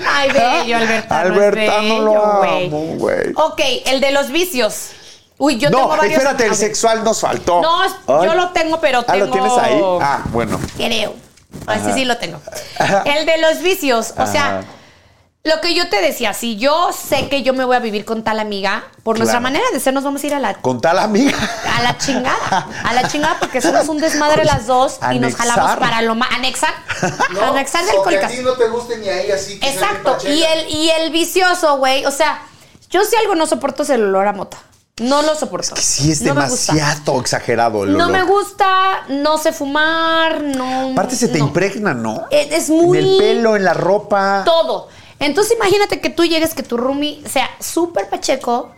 Speaker 1: Ay, bello, Albertano. Ah, es
Speaker 2: Albertano lo
Speaker 1: bello,
Speaker 2: amo, güey.
Speaker 1: Ok, el de los vicios. Uy, yo tengo
Speaker 2: no,
Speaker 1: varios.
Speaker 2: espérate, el
Speaker 1: A ver.
Speaker 2: sexual nos faltó.
Speaker 1: No,
Speaker 2: Ay.
Speaker 1: yo lo tengo, pero
Speaker 2: Ah,
Speaker 1: tengo.
Speaker 2: ¿lo tienes ahí? Ah, bueno.
Speaker 1: Creo. Así sí lo tengo. El de los vicios. O sea,
Speaker 2: Ajá.
Speaker 1: lo que yo te decía, si yo sé que yo me voy a vivir con tal amiga, por nuestra
Speaker 2: Claro.
Speaker 1: manera de ser, nos vamos a ir a la.
Speaker 2: Con tal amiga.
Speaker 1: A la chingada, a la chingada porque somos un desmadre las dos y nos
Speaker 2: Anexar.
Speaker 1: jalamos para lo más. Anexar.
Speaker 5: No,
Speaker 1: anexar del
Speaker 5: o que a
Speaker 1: colcas.
Speaker 5: ti no te guste ni ahí así. que sea
Speaker 1: Exacto.
Speaker 5: bien
Speaker 1: Y
Speaker 5: pacheca.
Speaker 1: el, y el vicioso, güey. O sea, yo si algo no soporto es el olor a mota. No lo soporto.
Speaker 2: Sí, es
Speaker 1: No me gusta.
Speaker 2: demasiado exagerado el
Speaker 1: No
Speaker 2: olor.
Speaker 1: me gusta, no sé fumar, no.
Speaker 2: Aparte se te
Speaker 1: no.
Speaker 2: impregna, ¿no?
Speaker 1: Es, es muy.
Speaker 2: En el pelo, en la ropa.
Speaker 1: Todo. Entonces imagínate que tú llegues, que tu roomie sea súper pacheco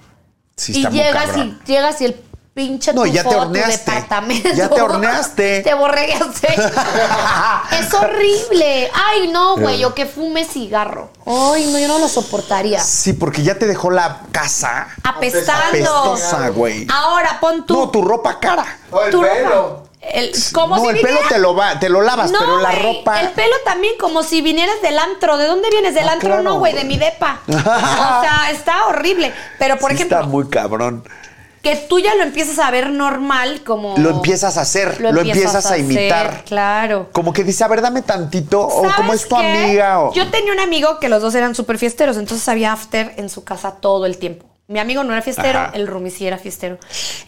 Speaker 2: Sí,
Speaker 1: y
Speaker 2: está muy
Speaker 1: llegas
Speaker 2: cabrón.
Speaker 1: y llegas y el pinche
Speaker 2: No, ya te
Speaker 1: tufo a
Speaker 2: horneaste.
Speaker 1: tu departamento.
Speaker 2: Ya te horneaste.
Speaker 1: te borregaste. es horrible. Ay, no, güey, o que fume cigarro. Ay, no, yo no lo soportaría.
Speaker 2: Sí, porque ya te dejó la casa.
Speaker 1: Ah, Apestando.
Speaker 2: Apestosa, güey.
Speaker 1: Ahora pon tu,
Speaker 2: No, tu ropa cara.
Speaker 5: O el
Speaker 1: tu ropa.
Speaker 5: pelo.
Speaker 1: El- como
Speaker 2: no,
Speaker 1: si
Speaker 2: el pelo
Speaker 1: viniera-
Speaker 2: te lo va, te lo lavas,
Speaker 1: No,
Speaker 2: pero la
Speaker 1: güey,
Speaker 2: ropa.
Speaker 1: El pelo también como si vinieras del antro. ¿De dónde vienes? Del
Speaker 2: Ah,
Speaker 1: antro
Speaker 2: claro,
Speaker 1: no, güey, de
Speaker 2: güey.
Speaker 1: mi depa. o sea, está horrible. Pero por
Speaker 2: Sí
Speaker 1: ejemplo,
Speaker 2: está muy cabrón.
Speaker 1: que tú ya lo empiezas a ver normal como
Speaker 2: Lo empiezas a hacer, lo, empiezas a,
Speaker 1: hacer,
Speaker 2: imitar.
Speaker 1: claro.
Speaker 2: Como que dice, a ver, dame tantito, o
Speaker 1: ¿Sabes
Speaker 2: como es tu
Speaker 1: qué?
Speaker 2: amiga, o...
Speaker 1: Yo tenía un amigo que los dos eran súper fiesteros, entonces había after en su casa todo el tiempo. Mi amigo no era fiestero,
Speaker 2: Ajá.
Speaker 1: el roomie sí era fiestero.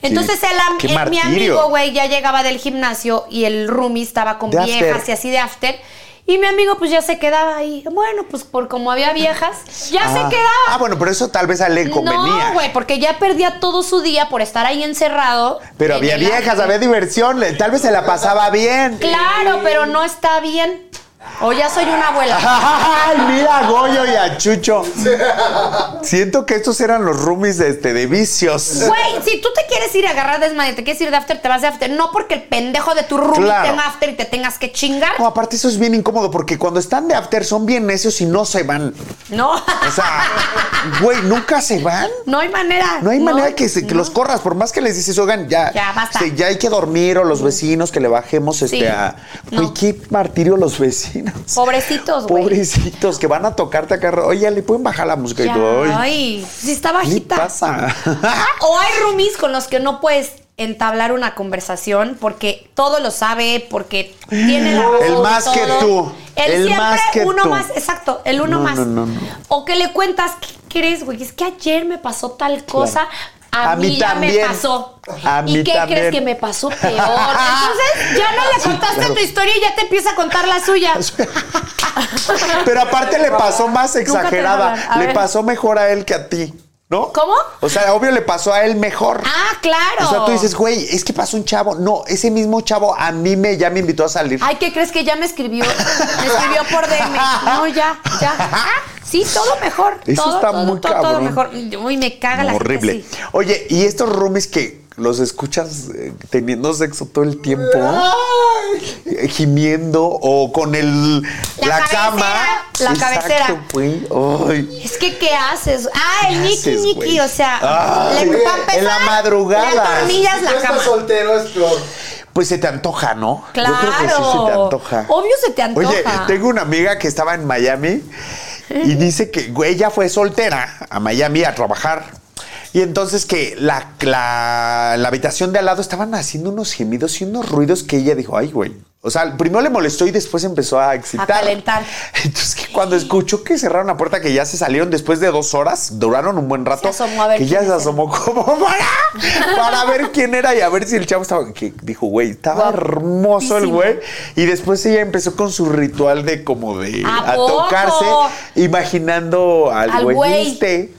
Speaker 1: Entonces el, am-
Speaker 2: qué
Speaker 1: el- mi
Speaker 2: martirio.
Speaker 1: amigo, güey, ya llegaba del gimnasio y el roomie estaba con
Speaker 2: De after.
Speaker 1: viejas y así de after. Y mi amigo pues ya se quedaba ahí. Bueno, pues por como había viejas, ya
Speaker 2: Ah.
Speaker 1: se quedaba.
Speaker 2: Ah, bueno, pero eso tal vez a él le convenía.
Speaker 1: No, güey, porque ya perdía todo su día por estar ahí encerrado.
Speaker 2: pero
Speaker 1: en
Speaker 2: había
Speaker 1: el
Speaker 2: viejas,
Speaker 1: after.
Speaker 2: había diversión, le- tal vez se la pasaba bien.
Speaker 1: Claro, pero no está bien. O ya soy una abuela.
Speaker 2: ¡Ay, mira a Goyo y a Chucho! Siento que estos eran los roomies de, este, de vicios.
Speaker 1: Güey, si tú te quieres ir a agarrar desmadre, te quieres ir de after, te vas de after. No porque el pendejo de tu roomie
Speaker 2: Claro.
Speaker 1: tenga after y te tengas que chingar.
Speaker 2: No, aparte eso es bien incómodo, porque cuando están de after son bien necios y no se van.
Speaker 1: No.
Speaker 2: O sea, güey, nunca se van.
Speaker 1: No hay manera.
Speaker 2: No hay manera que, se- que los corras, por más que les dices, oigan, ya,
Speaker 1: Ya, basta.
Speaker 2: este, ya hay que dormir, o los vecinos que le bajemos este
Speaker 1: Sí.
Speaker 2: a.
Speaker 1: No.
Speaker 2: Güey, qué martirio los vecinos.
Speaker 1: Pobrecitos, güey.
Speaker 2: Pobrecitos, que van a tocarte acá. Oye, le pueden bajar la música y
Speaker 1: Ya,
Speaker 2: todo. Ay,
Speaker 1: Ay, si está
Speaker 2: ¿Qué
Speaker 1: bajita.
Speaker 2: pasa?
Speaker 1: O hay roomies con los que no puedes entablar una conversación porque todo lo sabe, porque tiene la razón
Speaker 2: El
Speaker 1: en
Speaker 2: más que
Speaker 1: todo.
Speaker 2: tú.
Speaker 1: El,
Speaker 2: El
Speaker 1: siempre
Speaker 2: más que
Speaker 1: uno
Speaker 2: tú.
Speaker 1: más, exacto, el uno
Speaker 2: No,
Speaker 1: más.
Speaker 2: no, no, no.
Speaker 1: O que le cuentas, ¿qué crees, güey? Es que ayer me pasó tal cosa. A,
Speaker 2: A
Speaker 1: mí,
Speaker 2: mí
Speaker 1: ya
Speaker 2: también.
Speaker 1: me pasó.
Speaker 2: A
Speaker 1: ¿Y
Speaker 2: mí
Speaker 1: qué
Speaker 2: también.
Speaker 1: crees que me pasó peor? Entonces, ya no le contaste
Speaker 2: claro.
Speaker 1: tu historia y ya te empieza a contar la suya.
Speaker 2: Pero aparte le pasó más
Speaker 1: Nunca te
Speaker 2: exagerada.
Speaker 1: dejaban. A
Speaker 2: Le
Speaker 1: ver.
Speaker 2: pasó mejor a él que a ti, ¿no?
Speaker 1: ¿Cómo?
Speaker 2: O sea, obvio le pasó a él mejor.
Speaker 1: Ah, claro.
Speaker 2: O sea, tú dices, güey, es que pasó un chavo. No, ese mismo chavo a mí me, ya me invitó a salir.
Speaker 1: Ay, ¿qué crees que ya me escribió? Me escribió por DM. No, ya, ya. Sí, todo mejor.
Speaker 2: Eso
Speaker 1: todo,
Speaker 2: está
Speaker 1: todo,
Speaker 2: muy
Speaker 1: todo, todo
Speaker 2: cabrón.
Speaker 1: mejor. Uy, me caga la gente
Speaker 2: Horrible.
Speaker 1: así.
Speaker 2: Oye, ¿y estos roomies que los escuchas eh, teniendo sexo todo el tiempo? Eh, Gimiendo o con el
Speaker 1: La
Speaker 2: la,
Speaker 1: cabecera,
Speaker 2: cama.
Speaker 1: la
Speaker 2: Exacto,
Speaker 1: cabecera.
Speaker 2: güey. Ay.
Speaker 1: Es que, ¿qué haces? Ah, el
Speaker 2: ¿Qué
Speaker 1: Nicky,
Speaker 2: haces,
Speaker 1: Nicky,
Speaker 2: güey?
Speaker 1: o sea,
Speaker 2: Ay,
Speaker 1: le, para empezar,
Speaker 2: en la madrugada.
Speaker 1: Le atornillas
Speaker 5: Si tú
Speaker 1: la
Speaker 5: estás
Speaker 1: cama.
Speaker 5: soltero es peor.
Speaker 2: Pues se te antoja, ¿no? Yo creo que sí se te
Speaker 1: Claro.
Speaker 2: antoja.
Speaker 1: Obvio se te antoja.
Speaker 2: Oye, tengo una amiga que estaba en Miami y dice que güey, ella fue soltera a Miami a trabajar. Y entonces que la, la, la habitación de al lado estaban haciendo unos gemidos y unos ruidos que ella dijo, ay, güey. O sea, primero le molestó y después empezó a excitar.
Speaker 1: calentar.
Speaker 2: Entonces que cuando escuchó que cerraron la puerta, que ya se salieron después de dos horas, duraron un buen rato.
Speaker 1: Se asomó a ver
Speaker 2: que ya
Speaker 1: quién
Speaker 2: se
Speaker 1: es él.
Speaker 2: asomó como para, para ver quién era y a ver si el chavo estaba. Que dijo, güey, estaba hermoso el
Speaker 1: Guapísimo.
Speaker 2: güey. Y después ella empezó con su ritual de como de
Speaker 1: ¿A
Speaker 2: a,
Speaker 1: poco?
Speaker 2: tocarse, imaginando
Speaker 1: Al
Speaker 2: al
Speaker 1: güey.
Speaker 2: güey. este.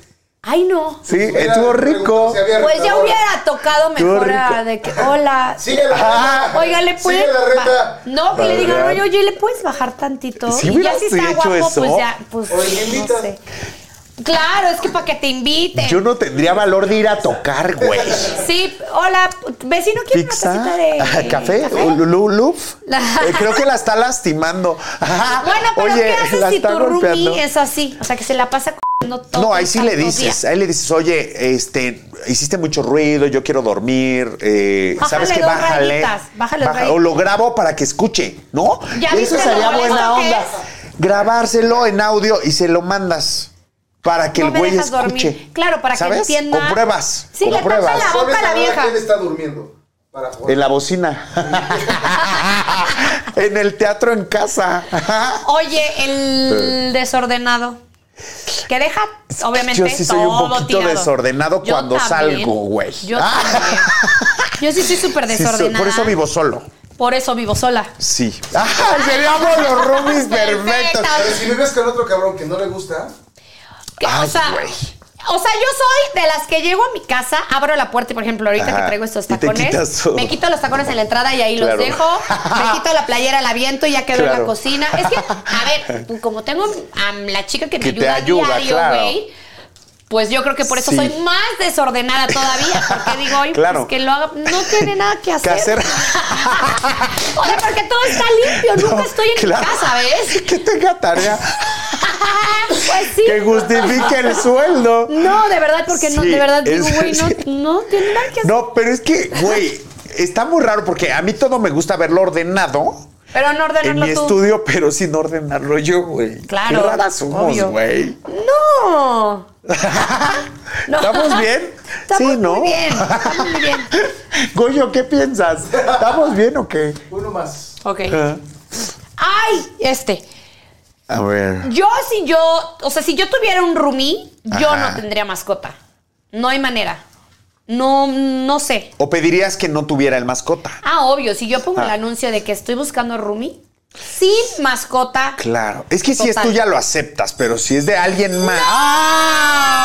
Speaker 1: Ay, no.
Speaker 2: Sí,
Speaker 5: Hubiera
Speaker 2: estuvo rico.
Speaker 5: preguntado si había
Speaker 1: Pues ya
Speaker 5: retadora.
Speaker 1: hubiera tocado
Speaker 2: Estuvo
Speaker 1: mejor
Speaker 2: rico.
Speaker 1: a de que, hola.
Speaker 5: Sigue la
Speaker 2: Ah.
Speaker 5: reta.
Speaker 1: Oiga, ¿le puede-
Speaker 5: Sigue la
Speaker 1: ba-
Speaker 5: reta.
Speaker 1: No, que le
Speaker 2: ¿Verdad?
Speaker 1: digan, oye, oye, ¿le puedes bajar tantito?
Speaker 2: Si
Speaker 1: y ya
Speaker 2: hubieras
Speaker 1: si está guapo,
Speaker 2: hecho
Speaker 1: pues
Speaker 2: eso.
Speaker 1: ya, pues
Speaker 5: Oye, me
Speaker 1: no
Speaker 5: invitas.
Speaker 1: sé. Claro, es que para que te inviten.
Speaker 2: Yo no tendría valor de ir a tocar, güey.
Speaker 1: Sí, pues, hola, vecino, ¿quiere una
Speaker 2: Pizza,
Speaker 1: tacita de
Speaker 2: ah, café, Lulu, luf.
Speaker 1: La-
Speaker 2: Eh, creo que la está lastimando.
Speaker 1: Bueno, pero
Speaker 2: Oye,
Speaker 1: ¿qué haces
Speaker 2: la
Speaker 1: si
Speaker 2: está
Speaker 1: tu
Speaker 2: golpeando.
Speaker 1: roomie es así? O sea, que se la pasa c***ando todo
Speaker 2: No, ahí
Speaker 1: el
Speaker 2: sí le
Speaker 1: santo
Speaker 2: dices,
Speaker 1: día.
Speaker 2: ahí le dices, oye, este, hiciste mucho ruido, yo quiero dormir, eh,
Speaker 1: Bájale
Speaker 2: sabes qué?
Speaker 1: dos
Speaker 2: bájale,
Speaker 1: rayitas, bájale dos
Speaker 2: o
Speaker 1: rayitas.
Speaker 2: lo grabo para que escuche, ¿no?
Speaker 1: ¿Ya viste lo
Speaker 2: Eso sería
Speaker 1: molesto
Speaker 2: buena
Speaker 1: que
Speaker 2: onda. Grabárselo en audio y se lo mandas para que
Speaker 1: No
Speaker 2: el
Speaker 1: me
Speaker 2: güey
Speaker 1: dejas dormir.
Speaker 2: escuche.
Speaker 1: Claro, para que
Speaker 2: ¿Sabes?
Speaker 1: entienda.
Speaker 2: Con pruebas.
Speaker 1: Sí,
Speaker 2: con
Speaker 1: le tapa la
Speaker 2: pruebas.
Speaker 1: boca.
Speaker 5: ¿Sabes
Speaker 1: la
Speaker 5: ahora
Speaker 1: vieja.
Speaker 5: quién está durmiendo? Para jugar.
Speaker 2: En la bocina. en el teatro en casa.
Speaker 1: Oye, el desordenado. Que deja, obviamente,
Speaker 2: Yo sí soy un
Speaker 1: todo
Speaker 2: poquito
Speaker 1: tirado.
Speaker 2: desordenado
Speaker 1: Yo
Speaker 2: cuando
Speaker 1: también.
Speaker 2: salgo, güey.
Speaker 1: Yo
Speaker 2: Ah.
Speaker 1: también. Yo sí soy súper
Speaker 2: Sí, so-
Speaker 1: desordenada.
Speaker 2: por eso vivo solo.
Speaker 1: Por eso vivo sola.
Speaker 2: Sí. Ah, seríamos los roomies
Speaker 1: Perfecto.
Speaker 2: perfectos.
Speaker 5: Pero si vives con otro cabrón que no le gusta,
Speaker 1: Que, o
Speaker 2: Ay,
Speaker 1: sea,
Speaker 2: Ah, güey.
Speaker 1: o sea, yo soy de las que llego a mi casa, abro la puerta y, por ejemplo, ahorita
Speaker 2: Ajá.
Speaker 1: que traigo estos
Speaker 2: Y te
Speaker 1: tacones,
Speaker 2: quitas todo.
Speaker 1: me quito los tacones en la entrada y ahí
Speaker 2: Claro.
Speaker 1: los dejo, me quito la playera, la viento y ya quedo en la
Speaker 2: Claro.
Speaker 1: cocina. Es que, a ver, pues, como tengo a la chica que,
Speaker 2: Que
Speaker 1: me
Speaker 2: te
Speaker 1: ayuda,
Speaker 2: ayuda,
Speaker 1: diario,
Speaker 2: claro.
Speaker 1: güey, pues yo creo que por eso
Speaker 2: Sí.
Speaker 1: soy más desordenada todavía, porque digo, oye,
Speaker 2: Claro.
Speaker 1: pues que lo haga, no tiene nada que hacer.
Speaker 2: ¿Qué hacer?
Speaker 1: o sea, porque todo está limpio,
Speaker 2: No,
Speaker 1: nunca estoy en
Speaker 2: claro.
Speaker 1: mi casa, ¿ves?
Speaker 2: Que tenga tarea
Speaker 1: pues sí.
Speaker 2: que justifique el sueldo.
Speaker 1: No, de verdad, porque no,
Speaker 2: Sí,
Speaker 1: de verdad digo,
Speaker 2: es-
Speaker 1: güey, no,
Speaker 2: sí.
Speaker 1: no tiene nada que hacer.
Speaker 2: No, pero es que, güey, está muy raro porque a mí todo me gusta verlo ordenado.
Speaker 1: Pero no
Speaker 2: en
Speaker 1: ordenarlo
Speaker 2: mi
Speaker 1: tú.
Speaker 2: estudio, pero sin ordenarlo yo, güey.
Speaker 1: Claro,
Speaker 2: Qué raras somos,
Speaker 1: obvio.
Speaker 2: güey.
Speaker 1: No. No.
Speaker 2: ¿Estamos bien?
Speaker 1: Estamos
Speaker 2: sí, ¿no?
Speaker 1: muy bien, estamos muy bien.
Speaker 2: Goyo, ¿qué piensas? ¿Estamos bien o qué? Ah,
Speaker 5: uno más.
Speaker 1: Ok. Ay, este.
Speaker 2: A ver.
Speaker 1: Yo, si yo, o sea, si yo tuviera un roomie, yo
Speaker 2: Ajá.
Speaker 1: no tendría mascota. No hay manera. No, no sé.
Speaker 2: ¿O pedirías que no tuviera el mascota?
Speaker 1: Ah, obvio, si yo pongo el
Speaker 2: Ah.
Speaker 1: anuncio de que estoy buscando roomie, sin mascota.
Speaker 2: Claro. Es que si es
Speaker 1: Total.
Speaker 2: tuya lo aceptas, pero si es de alguien más. ¡Ah!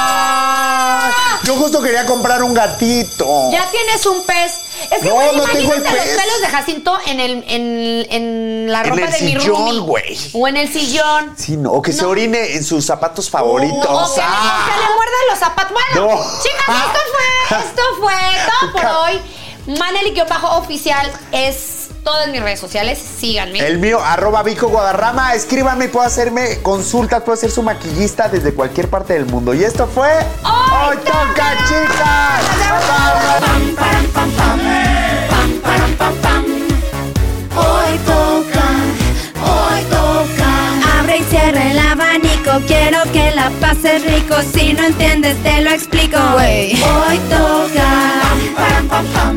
Speaker 2: Yo justo quería comprar un gatito.
Speaker 1: Ya tienes un pez. Es que,
Speaker 2: Oh. No,
Speaker 1: güey,
Speaker 2: no
Speaker 1: imagínate
Speaker 2: tengo el
Speaker 1: los
Speaker 2: pez.
Speaker 1: pelos de Jacinto en, el, en, en la
Speaker 2: En
Speaker 1: ropa
Speaker 2: el
Speaker 1: de mi
Speaker 2: sillón,
Speaker 1: roomie.
Speaker 2: güey.
Speaker 1: O en el sillón.
Speaker 2: Sí, no. O que se
Speaker 1: No.
Speaker 2: orine en sus zapatos
Speaker 1: O
Speaker 2: favoritos.
Speaker 1: que, le-
Speaker 2: ¡Ah!
Speaker 1: o que le muerdan los zapatos. Bueno,
Speaker 2: No. Ah.
Speaker 1: chicas, esto fue, esto fue todo por hoy. Maneli que bajo oficial es todas mis redes sociales. Síganme.
Speaker 2: El mío, arroba Vico Guadarrama. Escríbanme, puedo hacerme consultas, puedo ser su maquillista desde cualquier parte del mundo. Y esto fue.
Speaker 1: Hoy
Speaker 2: toca, chicas! Bye, bye, bye.
Speaker 4: Hoy toca, hoy toca. Abre y cierra el abanico, quiero que la pases rico. Si no entiendes, te lo explico. Hoy toca. Hoy toca, hoy toca.